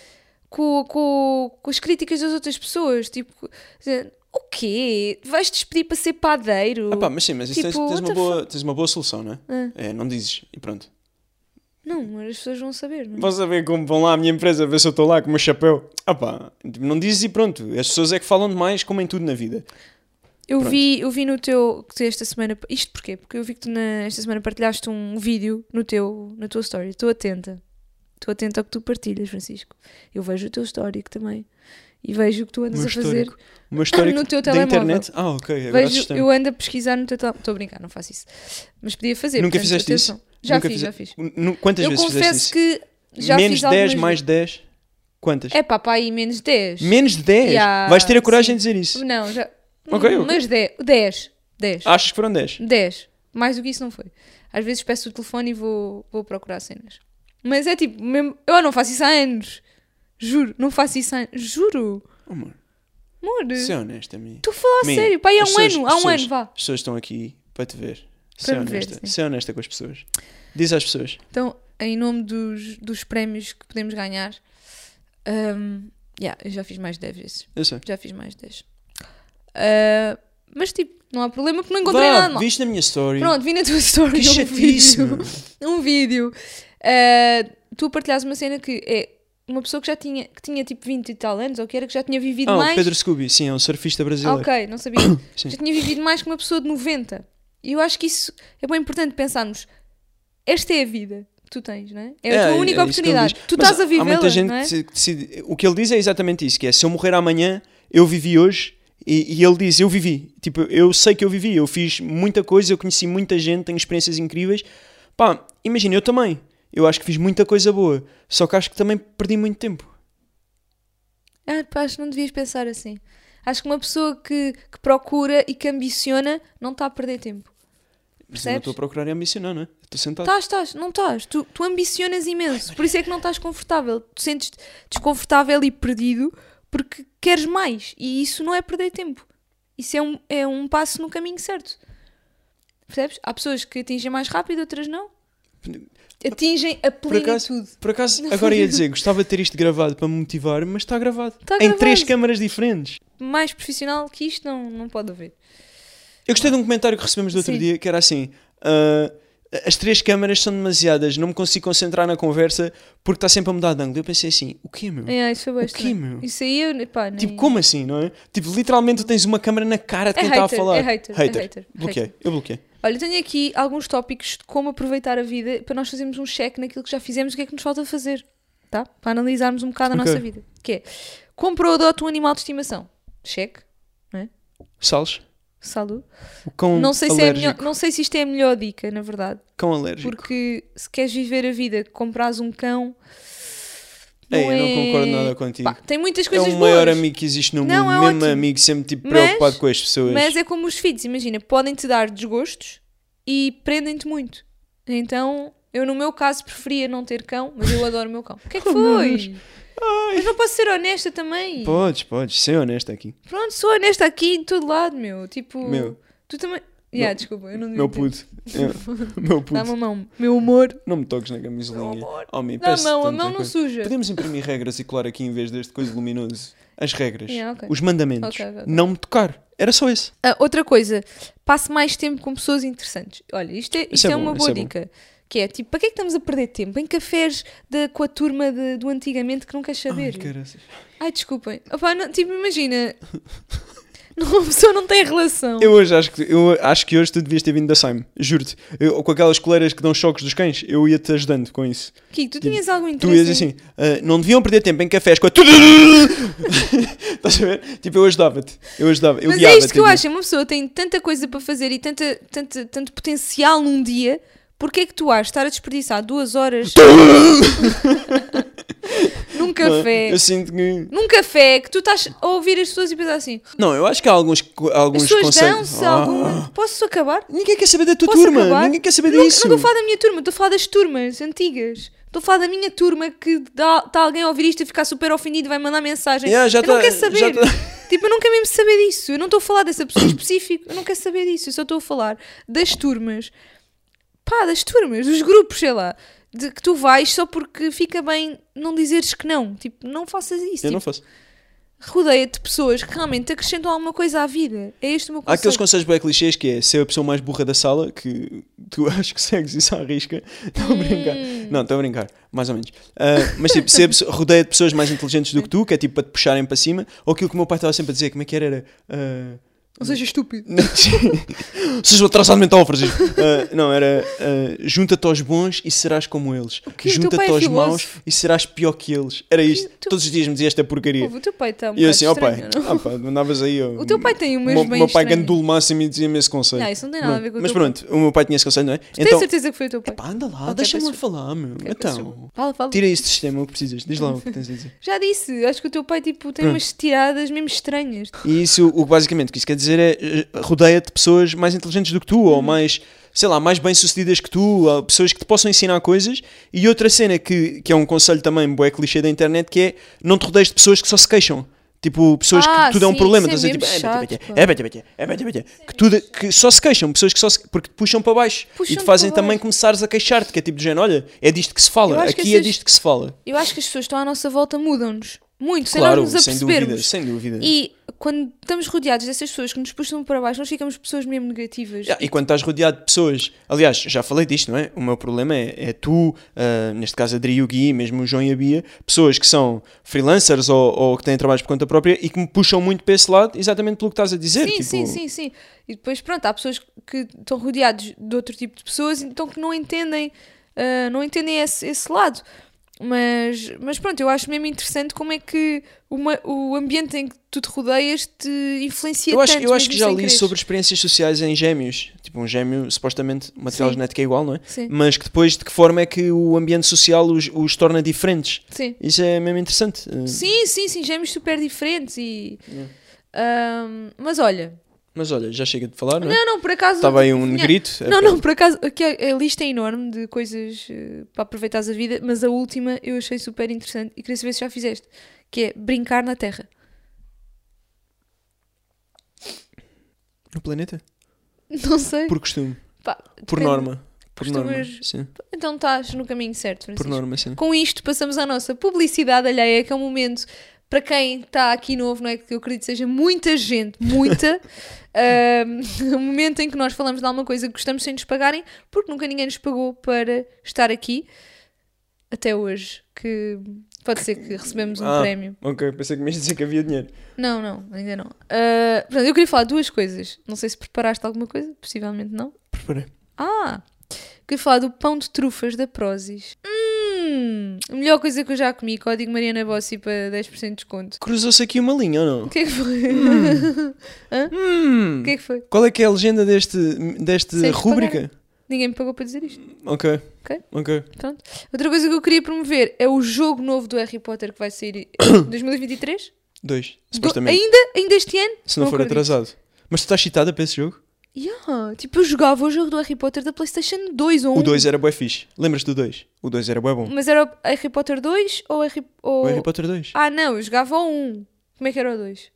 com, com, com as críticas das outras pessoas, tipo, dizer, o quê? Vais despedir para ser padeiro?
Ah pá, mas sim, mas isso
Tipo, Ah.
tens, tens
what
uma
the
boa, tens uma boa solução, não é? É, não dizes e pronto.
Não, mas as pessoas vão saber, não é?
Vão saber como vão lá à minha empresa ver se eu estou lá com o meu chapéu. Ah pá, não dizes e pronto. As pessoas é que falam demais, como em tudo na vida.
Eu
Pronto.
vi, eu vi no teu que tu esta semana. Isto porquê? Porque eu vi que tu na- esta semana partilhaste um vídeo no teu, na tua história. Estou atenta. Estou atenta ao que tu partilhas, Francisco. Eu vejo o teu histórico também. E vejo o que tu andas
meu
a fazer.
histórico. O meu histórico
[LAUGHS] No teu
da
telemóvel.
internet. Ah, ok, agora
Vejo,
assustei.
eu ando a pesquisar no teu telemóvel. Estou a brincar, não faço isso. Mas podia fazer.
Nunca
portanto,
fizeste isso?
atenção. Já
Nunca
fiz,
fize-
já fiz.
Nu- Quantas
eu
vezes fizeste
confesso
isso?
que já
menos
fiz
10
algumas
mais 10? Quantas?
É pá, pá, aí menos 10.
Menos de 10?
Ya,
Vais ter a coragem
sim.
de dizer isso.
Não, já.
Ok, ok.
Mas 10. 10. 10.
Achas que foram 10?
10. Mais do que isso não foi. Às vezes peço o telefone e vou, vou procurar cenas. Mas é tipo, mesmo, eu não faço isso há anos. Juro, não faço isso há anos. Juro.
Amor,
Amor,
Sê
estou
honesta, minha.
a falar a
Minha,
sério. Pá, e há
as
um
pessoas-
ano,
as
há um
pessoas-
ano, vá.
As pessoas estão aqui para te ver. Sê
Para me ver,
honesta.
sim.
Sê honesta com as pessoas. Diz às pessoas.
Então, em nome dos, dos prémios que podemos ganhar, hum, yeah, eu já fiz mais 10 vezes.
Eu sei.
Já fiz mais 10. Ah, mas tipo, não há problema porque não encontrei
Vá,
nada de mal.
Viste na minha story.
Pronto, vi na tua história.
Que
um
chatice,
vídeo. Eh,
meu.
um vídeo. Ah, tu partilhas uma cena que é uma pessoa que já tinha, que tinha tipo 20 e tal anos, ou que era que já tinha vivido
Ah, o
mais.
Pedro Scooby, sim, é um surfista
Ah,
brasileiro.
ok, não sabia.
[COUGHS] Sim.
Já tinha vivido mais que uma pessoa de 90. E eu acho que isso é bem importante pensarmos. Esta é a vida que tu tens, não é? É a
É,
tua
é
única
isso que ele
oportunidade.
diz.
Tu
Mas
estás a
Há
viver,
muita gente
não é?
que se- que decide- O que ele diz é exatamente isso: que é se eu morrer amanhã, eu vivi hoje. E, e ele diz: Eu vivi. Tipo, eu sei que eu vivi. Eu fiz muita coisa, eu conheci muita gente, tenho experiências incríveis. Pá, imagina, eu também. Eu acho que fiz muita coisa boa. Só que acho que também perdi muito tempo.
Ah, pá, acho que não devias pensar assim. Acho que uma pessoa que, que procura e que ambiciona não está a perder tempo.
Mas eu não
Percebes? Tá.
estou a procurar e ambicionar, não é? Estou sentado.
Estás, estás, não estás. Tu, tu ambicionas imenso. Por isso é que não estás confortável. Tu sentes desconfortável e perdido porque queres mais. E isso não é perder tempo. Isso é um, é um passo no caminho certo. Percebes? Há pessoas que atingem mais rápido, outras não. Atingem a
acaso-
plenitude.
Por acaso, agora ia dizer: Gostava de ter isto gravado para me motivar, mas está gravado.
Está
em
Tá gravado.
três câmaras diferentes.
Mais profissional que isto não, não pode haver.
Eu gostei de um comentário que recebemos do outro
Sim.
dia que era assim: ah, as três câmaras são demasiadas, não me consigo concentrar na conversa porque está sempre a mudar de ângulo. Eu pensei assim: o quê, meu?
É, isso foi
O
bem
quê,
estranho.
meu?
Isso aí eu, pá, nem...
Tipo, como assim, não é? Tipo, literalmente tu tens uma câmara na cara de
É
quem está a
hater,
falar.
é hater, é hater,
Bloqueei, eu bloqueei.
Olha, eu tenho aqui alguns tópicos de como aproveitar a vida para nós fazermos um check naquilo que já fizemos, o que é que nos falta fazer, tá? Para analisarmos um bocado a
Ok.
nossa vida. Que é, compra ou adota um animal de estimação. Check.
Sales?
Salu.
O cão
Não sei, se é a
Um alérgico.
melhor, não sei se isto é a melhor dica, na verdade.
Cão alérgico.
Porque se queres viver a vida, compras um cão.
Ei, eu não
é-
concordo nada contigo.
Pá, tem muitas
é o
coisas boas.
maior amigo que existe no
Não,
mundo,
é
mesmo
ótimo.
amigo, sempre tipo
Mas-
preocupado com as pessoas.
Mas é como os filhos, imagina, podem-te dar desgostos e prendem-te muito. Então, eu no meu caso preferia não ter cão, mas eu adoro o meu cão. O
[LAUGHS] Oh,
que é que foi? Mas não posso ser honesta também.
Podes, podes, ser honesto aqui.
Pronto, sou honesta aqui em todo lado, meu. Tipo,
Meu.
tu também. Yeah,
Meu-
desculpa, eu não devia
Meu
dizer.
puto. É, Meu puto.
Dá-me a mão. Meu humor.
Não me toques na camisolinha.
Meu amor,
Oh, me
Dá a
peço
mão, a
tanta
mão não
coisa.
suja.
Podemos imprimir regras e colar aqui em vez deste coisa luminoso. As regras.
Yeah, ok.
Os mandamentos.
Ok, ok, ok.
Não me tocar. Era só esse.
Ah, outra coisa, passe mais tempo com pessoas interessantes. Olha, isto é, isto
é
é,
bom,
uma
isso
boa
é bom.
dica. Que é tipo, para que é que estamos a perder tempo? Em cafés de- com a turma de- do antigamente que não queres
Ai,
saber.
caraças.
Ai, desculpem. Opa, não- tipo, imagina. [LAUGHS] Não, a pessoa não tem relação.
Eu hoje acho que, eu acho que hoje tu devias ter vindo da Saime, juro-te. Eu- Com aquelas coleiras que dão choques dos cães, eu ia-te ajudando com isso.
Kiko, tu tinhas algum
Tipo, Tu
interesse?
ias
em-
assim, "Ah, não deviam perder tempo em cafés com a. [LAUGHS] Estás a ver? Tipo, eu ajudava-te. Eu ajudava, eu
Mas é
guiava-te. tipo,
isto que eu
digo.
acho. Uma pessoa tem tanta coisa para fazer e tanta, tanta, tanto potencial num dia. Porquê é que tu achas estar a desperdiçar duas
[LAUGHS]
horas num
Não é?
café?
Eu sinto que.
Num café que tu estás a ouvir as pessoas e pensar assim:
Não, eu acho que há alguns, co-
as
alguns
pessoas
conceitos.
dão-se
Ah.
alguma. Posso acabar?
Ninguém quer saber da tua
Posso
turma,
acabar?
ninguém quer saber
Não, não
disso.
estou a falar da minha turma, estou a falar das turmas antigas. Estou a falar da minha turma que está alguém a ouvir isto e ficar super ofendido e vai mandar mensagem.
Yeah, já
eu não
tá-
quero saber.
já tá- [LAUGHS]
Tipo, eu não quero mesmo saber disso. Eu não estou a falar dessa pessoa específica. Eu não quero saber disso. Eu só estou a falar das turmas. Pá, das turmas, dos grupos, sei lá. De que tu vais só porque fica bem não dizeres que não. Tipo, não faças isso.
Eu não
Tipo,
faço.
Rodeia-te de pessoas que realmente te acrescentam alguma coisa à vida. É este o meu
Há
conselho.
aqueles conselhos bem clichês que é ser a pessoa mais burra da sala, que tu [LAUGHS] achas que segues isso à risca. Estou
Hum.
a brincar. Não, estou a brincar, mais ou menos. Ah, mas tipo, ser a pessoa- rodeia de pessoas mais inteligentes do que tu, que é tipo para te puxarem para cima, ou aquilo que o meu pai estava sempre a dizer, como é que era? Era. ah, [LAUGHS]
Não seja estúpido.
Não, Seja um atrasado mental, Francisco. Ah, não, era ah, junta-te aos bons e serás como eles.
quê? O teu pai
Junta-te
é
aos
filósofo?
maus e serás pior que eles. Era isto.
tu-
Todos os dias me dizia esta porcaria.
Ouve, o teu pai está um
E eu
bocado
assim, ó pai,
estranho, não?
ah, pá, mandavas aí. ó,
O teu pai tem umas
meu,
bem
meu pai
estranhas.
gandula máximo e dizia-me esse conselho.
Não, isso não tem nada a ver com o
Mas
teu
pronto, o meu pai tinha esse conselho, não é?
Tenho
Então,
certeza que foi o teu pai.
pá, anda lá,
Ok,
deixa-me
peço
falar, meu. então,
Fala, fala.
tira isso do sistema, o que precisas. Diz lá o que tens a dizer.
Já disse, acho que o teu pai tipo, tem
Pronto.
umas tiradas mesmo estranhas.
E isso, o, basicamente, o que isso quer dizer é eh, rodeia-te de pessoas mais inteligentes do que tu,
Uhum.
ou mais, sei lá, mais bem-sucedidas que tu, ou pessoas que te possam ensinar coisas. E outra cena que, que é um conselho também, boé clichê da internet, que é não te rodeias de pessoas que só se queixam. Tipo, pessoas
Ah,
que tudo é um
sim,
problema,
isso
estás
é
a dizer, tipo,
mesmo
"É, bete,
chato,
bete, é, bete, bete, é, bete, bete", que, tudo, que só se queixam, pessoas que só se, porque te puxam para baixo e
Puxam-te
te fazem
para
também
baixo.
começares a queixar-te, que é tipo de género, olha, é disto que se
Eu
fala,
acho que
aqui é
essas-
disto que se fala.
Eu acho que as pessoas que estão à nossa volta mudam-nos muito, sem
Claro,
nós nos
sem dúvida,
apercebermos.
sem dúvida.
E quando estamos rodeados dessas pessoas que nos puxam para baixo, nós ficamos pessoas mesmo negativas.
Yeah, e quando estás rodeado de pessoas, aliás, já falei disto, não é? O meu problema é, é tu, ah, neste caso a Dri e o Gui, mesmo o João e a Bia, pessoas que são freelancers ou, ou que têm trabalhos por conta própria e que me puxam muito para esse lado, exatamente pelo que estás a [LAUGHS] dizer.
Sim,
tipo,
sim, sim, sim. E depois, pronto, há pessoas que estão rodeados de outro tipo de pessoas, então que não entendem, ah, não entendem esse, esse lado. Mas, mas pronto, eu acho mesmo interessante como é que uma- o ambiente em que tu te rodeias te influencia
Eu acho,
tanto, é
eu acho
mesmo
que já
sem
li
quereres.
sobre experiências sociais em gêmeos. Tipo, um gêmeo, supostamente, o material
Sim.
genético é igual, não é?
Sim,
Mas que depois, de que forma é que o ambiente social os, os torna diferentes?
sim.
Isso é mesmo interessante. Eh,
Sim, sim, sim, gêmeos super diferentes e... Ahm, mas olha,
Mas olha, já chega de falar, não é?
não, não, por acaso...
Estava aí um
tinha-
negrito. a-
Não, não, por acaso, aqui a, a lista é enorme de coisas eh, para aproveitares a vida, mas a última eu achei super interessante e queria saber se já fizeste, que é brincar na Terra. [LAUGHS]
No planeta?
Não sei.
Por costume.
Pá,
Por
depende.
norma. Por
Costumas-
norma. Sim.
Então estás no caminho certo,
Por
Francisco.
norma, sim.
Com isto passamos à nossa publicidade alheia, que é um momento para quem está aqui novo, não é? Que eu acredito que seja muita gente, muita. [LAUGHS] um, um momento em que nós falamos de alguma coisa que gostamos sem nos pagarem, porque nunca ninguém nos pagou para estar aqui até hoje. Que pode ser que recebemos um
Ah.
prémio.
Ok, pensei que me ias dizer que havia dinheiro.
Não, não, ainda não. Uh, portanto, eu queria falar duas coisas. Não sei se preparaste alguma coisa, possivelmente não.
Preparei.
Ah! Queria falar do pão de trufas da Prozis. Hum! A melhor coisa que eu já comi, código Mariana Bossi para 10% de desconto.
Cruzou-se aqui uma linha, ou não?
O que é que foi?
Hum.
[LAUGHS] O que é que foi?
Qual é que é a legenda deste, deste
Sem
rúbrica?
Ninguém me pagou para dizer isto.
Ok.
Ok.
Ok.
Pronto. Outra coisa que eu queria promover é o jogo novo do Harry Potter que vai sair em [COUGHS] 2023.
Dois.
Do-
Supostamente.
ainda? Ainda este ano?
Se não,
Não
for
acredito.
atrasado. Mas tu estás excitada para esse jogo?
Yeah. Tipo, eu jogava o jogo do Harry Potter da PlayStation 2 ou 1.
O 2 era bué fixe. Lembras do 2? O 2 era bué bom.
Mas era o Harry Potter 2 ou Harry, ou...
O Harry Potter 2.
Ah, não, eu jogava o 1. Como é que era o 2?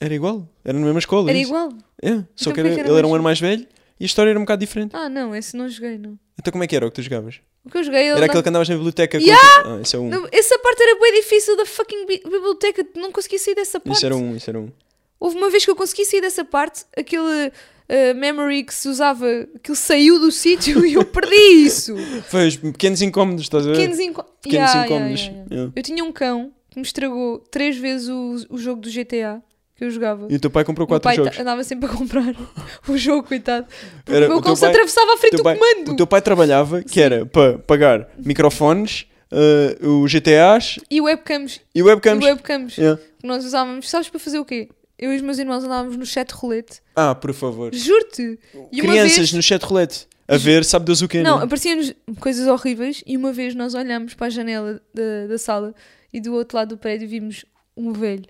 Era igual. Era na mesma escola.
Era
isso.
igual?
É, Só
Então
que
como é
era,
que era
ele era um
mais-
ano mais velho e a história era um bocado diferente.
Ah, não, esse não joguei, não.
Então como é que era o que tu jogavas?
O que eu joguei, ele
Era
não-
aquele que andavas na biblioteca com- Ah, esse é um.
Não, Essa parte era bem difícil da fucking bi- biblioteca, não conseguia sair dessa parte.
Isso era um, isso era um.
Houve uma vez que eu consegui sair dessa parte, aquele uh, memory que se usava, aquilo saiu do [LAUGHS] sítio e eu perdi
[LAUGHS]
isso.
Foi os pequenos incómodos, estás a ver?
Pequenos, inco...
Pequenos
Yeah, yeah,
incómodos.
yeah, yeah.
Yeah.
Eu tinha um cão que me estragou três vezes o, o jogo do GTA que eu jogava.
E o teu pai comprou
O meu
quatro
pai tá- ta-
jogos.
andava sempre a comprar [LAUGHS] o jogo, coitado. Porque
Era-
o meu
o
cão
teu
se
pai-
[LAUGHS] atravessava à
O
frente
teu
do
pai-
comando.
o teu pai trabalhava, que era para pagar microfones, eh, o GTAs
E webcams.
e
E
webcams.
webcams.
Yeah.
que nós usávamos, sabes para fazer o quê? Eu e os meus irmãos andávamos no chat rolete.
Ah, por favor.
Juro-te! E uma
Crianças
vez-
no chat roulette. A ver, sabe Deus o quê,
Não,
não?
apareciam-nos coisas horríveis e uma vez nós olhamos para a janela da, da sala e do outro lado do prédio vimos um velho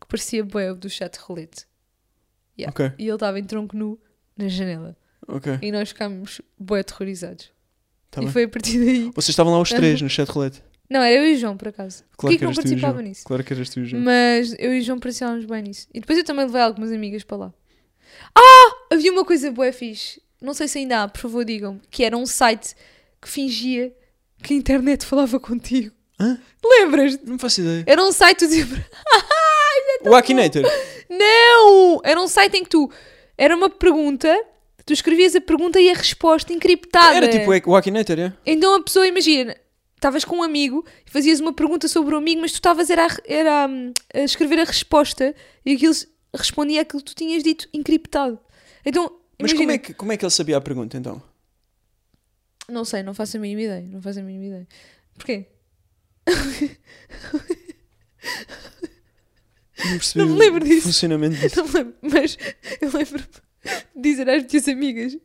que parecia boé do chat rolete. yeah.
Ok,
E ele estava em tronco nu na janela.
ok.
E nós ficámos boé aterrorizados.
Tá
e
bem.
foi a partir daí.
Vocês estavam lá os três no chat roulette.
Não, era eu e o João, por acaso.
Claro
Porquê que não
eras tu e o
participava
João.
nisso?
Claro que eras tu e o João.
Mas eu e o João pareávamos bem nisso. E depois eu também levei algumas amigas para lá. Ah! Havia uma coisa boa fixe. Não sei se ainda há, por favor digam-me. Que era um site que fingia que a internet falava contigo.
Hã?
Lembras?
Não faço ideia.
Era um site tipo...
O Akinator.
[LAUGHS] Não! Era um site em que tu... Era uma pergunta... Tu escrevias a pergunta e a resposta encriptada.
Era tipo o Akinator, é?
Então a pessoa, imagina... Estavas com um amigo e fazias uma pergunta sobre o amigo, mas tu estavas era, a- era, hum, a escrever a resposta e aquilo se- respondia aquilo que tu tinhas dito encriptado. Então,
Mas como
imagina-
é, que, como é que ele sabia a pergunta então?
Não sei, não faço a mínima ideia. Não faço a mínima ideia. Porquê?
Não percebi
[LAUGHS] Não me
o
lembro disso.
funcionamento disso.
Não me lembro, mas eu lembro de dizer às minhas amigas: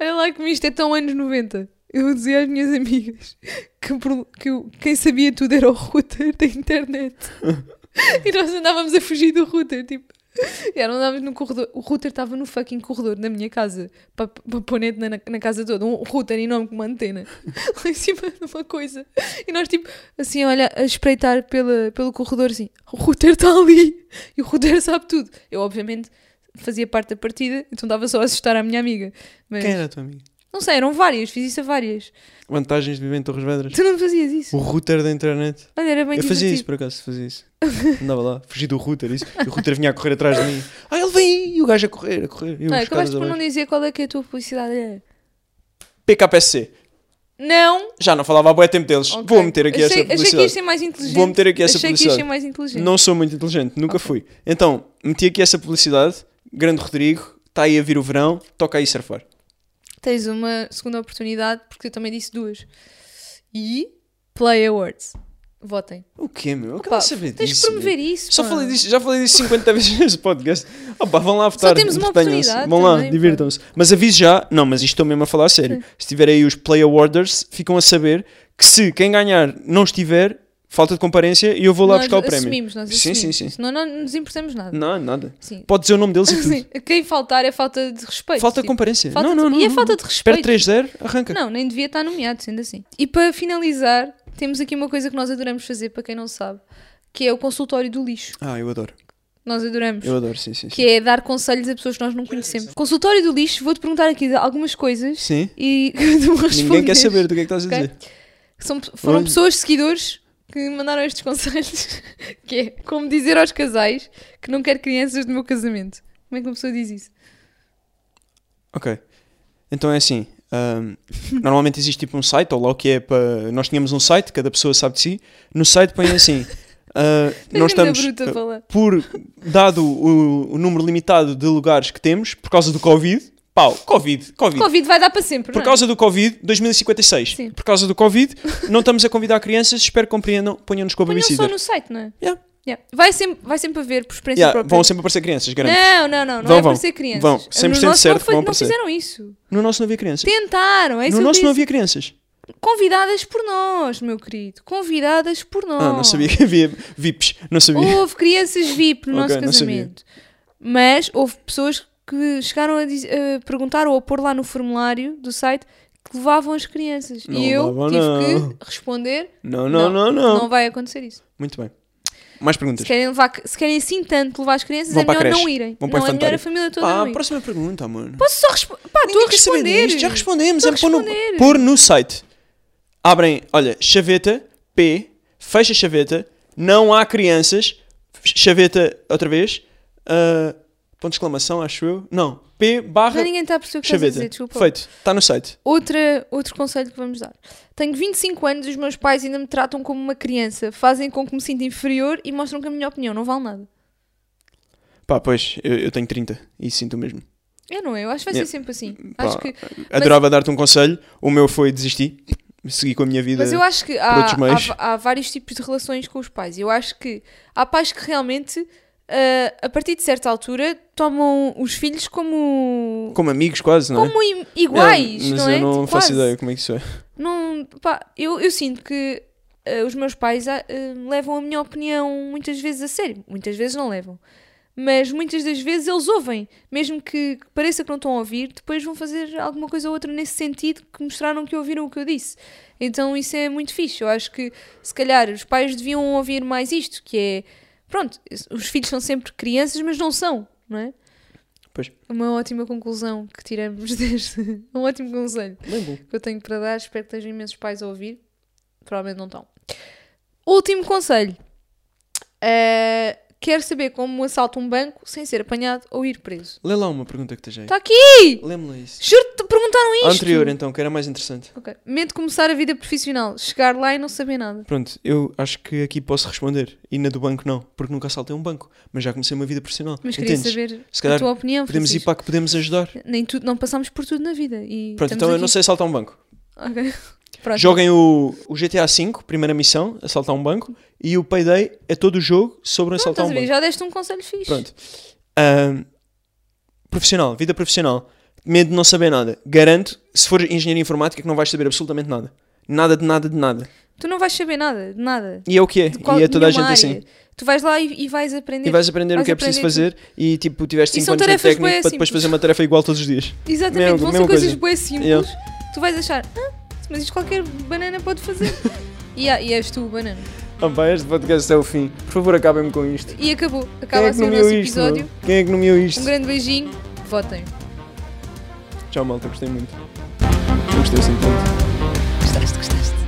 Olha lá como isto é tão anos 90. Eu dizia às minhas amigas que, o pro- que o- quem sabia tudo era o router da internet. e nós andávamos a fugir do router, tipo. Já, nós andávamos no corredor. O router estava no fucking corredor da minha casa, para pôr net na, na casa toda. Um router enorme com
[LAUGHS]
uma antena lá em cima de uma coisa. E nós, tipo, assim, olha, a espreitar pela, pelo corredor, assim, o router está ali e o router sabe tudo. Eu, obviamente, fazia parte da partida, então dava só a assustar a minha amiga. Mas
Quem era a tua amiga?
Não sei, eram várias, fiz isso a várias.
Vantagens de viver em Torres Vedras.
Tu não fazias isso.
O router da internet.
Olha, era bem
eu fazia isso
divertido.
por acaso, fazia
[LAUGHS]
isso. Andava lá, fugi do router, isso. E o router vinha a correr atrás de mim. Ah, ele vem aí! E o gajo a correr, a correr. E eu
Não, é
buscar
acabaste
abaixo.
por não dizer qual é que é a tua publicidade. era.
PKPC.
Não.
Já não falava há bué tempo deles.
Ok.
Vou meter aqui
achei,
essa
Achei que é ias
publicidade.
ser mais inteligente.
Vou meter aqui essa
achei que ias
publicidade.
ser mais inteligente.
Não sou muito inteligente, nunca fui. Então, meti aqui essa publicidade. Grande Rodrigo, está aí a vir o verão, toca aí surfar.
Tens uma segunda oportunidade, porque eu também disse duas. E Play Awards. Votem.
O quê, meu? Eu
Pá,
quero saber
tens
disso.
que
meu.
promover isso.
Só
pá.
falei disso, já falei disso 50 [LAUGHS] vezes neste podcast. Opa, vão lá votar.
temos uma
entretenham-se.
oportunidade
Vão lá,
também, pá.
divirtam-se. Mas aviso já, não, mas isto estou mesmo a falar a sério. Se tiver aí os Play Awarders, ficam a saber que se quem ganhar não estiver, falta de comparência e eu vou lá
Nós
buscar o prémio.
assumimos, nós
Sim, sim,
assumimos.
sim.
Senão não nos importamos nada.
Não, nada.
Sim.
Pode dizer o nome deles e tudo.
[LAUGHS] Sim, Quem faltar é falta de respeito.
Falta de
tipo,
comparência.
falta
não,
de-
não, não.
E é
não.
falta de
Espera 3-0,
respeito.
arranca.
Não, nem devia estar nomeado, sendo assim. E para finalizar, temos aqui uma coisa que nós adoramos fazer, para quem não sabe, que é o consultório do lixo.
Ah, eu adoro.
Nós adoramos.
Eu adoro, sim, sim. sim.
Que é dar conselhos a pessoas que nós não conhecemos. Consultório do lixo, vou-te perguntar aqui algumas coisas
Sim.
e [LAUGHS] tu me
Ninguém quer
respondes.
saber do que é que estás a
Ok?
dizer.
São- foram
Olha.
pessoas, seguidores, que mandaram estes [LAUGHS] conselhos. que é como dizer aos casais que não quero crianças no meu casamento. Como é que uma pessoa diz isso?
Ok. Então é assim. ahm,
[LAUGHS]
normalmente existe tipo um site, ou lá o que é para. Nós tínhamos um site, cada pessoa sabe de si. No site põe assim.
[LAUGHS]
ah, nós
Ainda
estamos.
bruta
ah,
fala.
por dado o, o número limitado de lugares que temos, por causa do Covid. Pau, Covid, Covid.
Covid vai dar para sempre,
Por
não é?
causa do Covid, 2056.
Sim.
Por causa do Covid, não estamos a convidar crianças. Espero que compreendam. Ponham-nos com a
Ponham só
babysitter.
no site, não é?
Yeah.
Yeah. Vai, sempre, vai sempre haver por experiência
Yeah,
própria.
vão sempre aparecer crianças, garanto.
Não, não, não, não
Vão,
é
vão.
para ser crianças.
Vão.
No
100%
nosso
certo
não
que
foi-
vão
Não
aparecer.
fizeram isso.
No nosso não havia crianças.
Tentaram, é isso
No
que eu
nosso não
disse.
havia crianças.
Convidadas por nós, meu querido. Convidadas por nós.
Ah, não sabia que havia VIPs. Não sabia.
Houve crianças VIP no
Ok,
nosso
não sabia.
casamento. Mas houve pessoas que chegaram a, diz- a perguntar ou a pôr lá no formulário do site que levavam as crianças.
Não
e eu
levavam,
tive
não.
que responder:
Não, não, não, não.
Não vai acontecer isso.
Muito bem. Mais
Se
perguntas.
querem, levar, se querem assim tanto levar as crianças,
Vão
é
para a
melhor não
creche.
irem.
Vão para o
não, é
infantário.
melhor a família toda
Pá,
não ir.
Ah, próxima pergunta, mano.
Posso só responder? Pá, estou a
Quer saber
responder.
disto? Já respondemos.
Estou
É
a
pôr no,
responder.
pôr no site. Abrem, olha, chaveta, P, fecha a chaveta, não há crianças, chaveta outra vez, ah, ponto de exclamação, acho eu. Não, P barra
Já ninguém está a perceber o que estás a
chaveta.
dizer, desculpa.
Feito, está no site.
Outra, outro conselho que vamos dar. Tenho 25 anos e os meus pais ainda me tratam como uma criança. Fazem com que me sinta inferior e mostram que a minha opinião não vale nada.
Pá, pois, eu, eu tenho 30 e sinto o mesmo.
Eu não, eu acho que vai
Yeah.
ser sempre assim.
Pá,
Acho que,
Adorava dar-te um conselho, o meu foi desistir, segui com a minha vida.
mas eu acho que há,
outros meios.
há- há vários tipos de relações com os pais. Eu acho que há pais que realmente, ah, a partir de certa altura, tomam os filhos como,
Como amigos quase, não é?
como i- iguais,
É, mas
não é?
eu não
Tipo,
faço
quase.
ideia como é que isso é.
Não, pá, eu, eu sinto que eh, os meus pais ah, eh, levam a minha opinião muitas vezes a sério. Muitas vezes não levam. Mas muitas das vezes eles ouvem. Mesmo que pareça que não estão a ouvir, depois vão fazer alguma coisa ou outra nesse sentido que mostraram que ouviram o que eu disse. Então isso é muito fixe. Eu acho que se calhar os pais deviam ouvir mais isto, que é... Pronto, os filhos são sempre crianças, mas não são, não é?
Pois.
Uma ótima conclusão que tiramos [LAUGHS] deste... um ótimo conselho que eu tenho para dar. Espero que estejam imensos pais a ouvir. Provavelmente não estão. Último conselho. Eh, quero saber como assalto um banco sem ser apanhado ou ir preso.
Lê lá uma pergunta que esteja aí.
Está aqui!
Lê-me lá isso.
Juro-te, te perguntaram Tá. é isto!
A anterior então, que era mais interessante.
Ok. Medo de começar a vida profissional, chegar lá e não saber nada.
Pronto, eu acho que aqui posso responder. E na do banco não, porque nunca assaltei um banco. Mas já comecei uma vida profissional.
Mas queria
Entendes?
saber
Se calhar
a tua opinião,
Podemos ir
Francisco.
para a que podemos ajudar.
Nem tudo, não passamos por tudo na vida. E
Pronto, então eu não sei assaltar um banco.
sei.
[LAUGHS]
Pronto.
Joguem o, o GTA V, primeira missão, assaltar um banco. E o Payday é todo o jogo sobre
Pronto,
assaltar
estás
um
a ver,
banco.
já deste um conselho fixe.
Pronto. Ahm, profissional, vida profissional. Medo de não saber nada. Garanto, se for engenharia informática, que não vais saber absolutamente nada. Nada de nada de nada.
Tu não vais saber nada, de nada.
E é o que é.
De qual-
e é toda a gente
nenhuma
assim.
área. Tu vais lá e, e vais aprender.
E vais aprender
Vais
o que é preciso
aprender
fazer e tipo, tiveste
E
5
são
anos de
tarefas
técnico
bué
para depois
simples.
fazer uma tarefa igual todos os dias.
Exatamente,
Mesmo-
vão ser
mesma
coisas
coisa.
bem simples. Tu vais achar, ah, mas isto qualquer banana
[LAUGHS]
pode fazer. e, ah, e és tu, o banana.
Ah, pá, este podcast é o fim. Por favor, acabem-me com isto.
E acabou.
Quem
Acaba
é que
assim o nosso
nomeou isto?
episódio.
meu? Quem é que nomeou
Um
isto?
grande beijinho. Votem.
Tchau, malta, gostei muito.
Gostei assim tanto.
Gostaste, gostaste.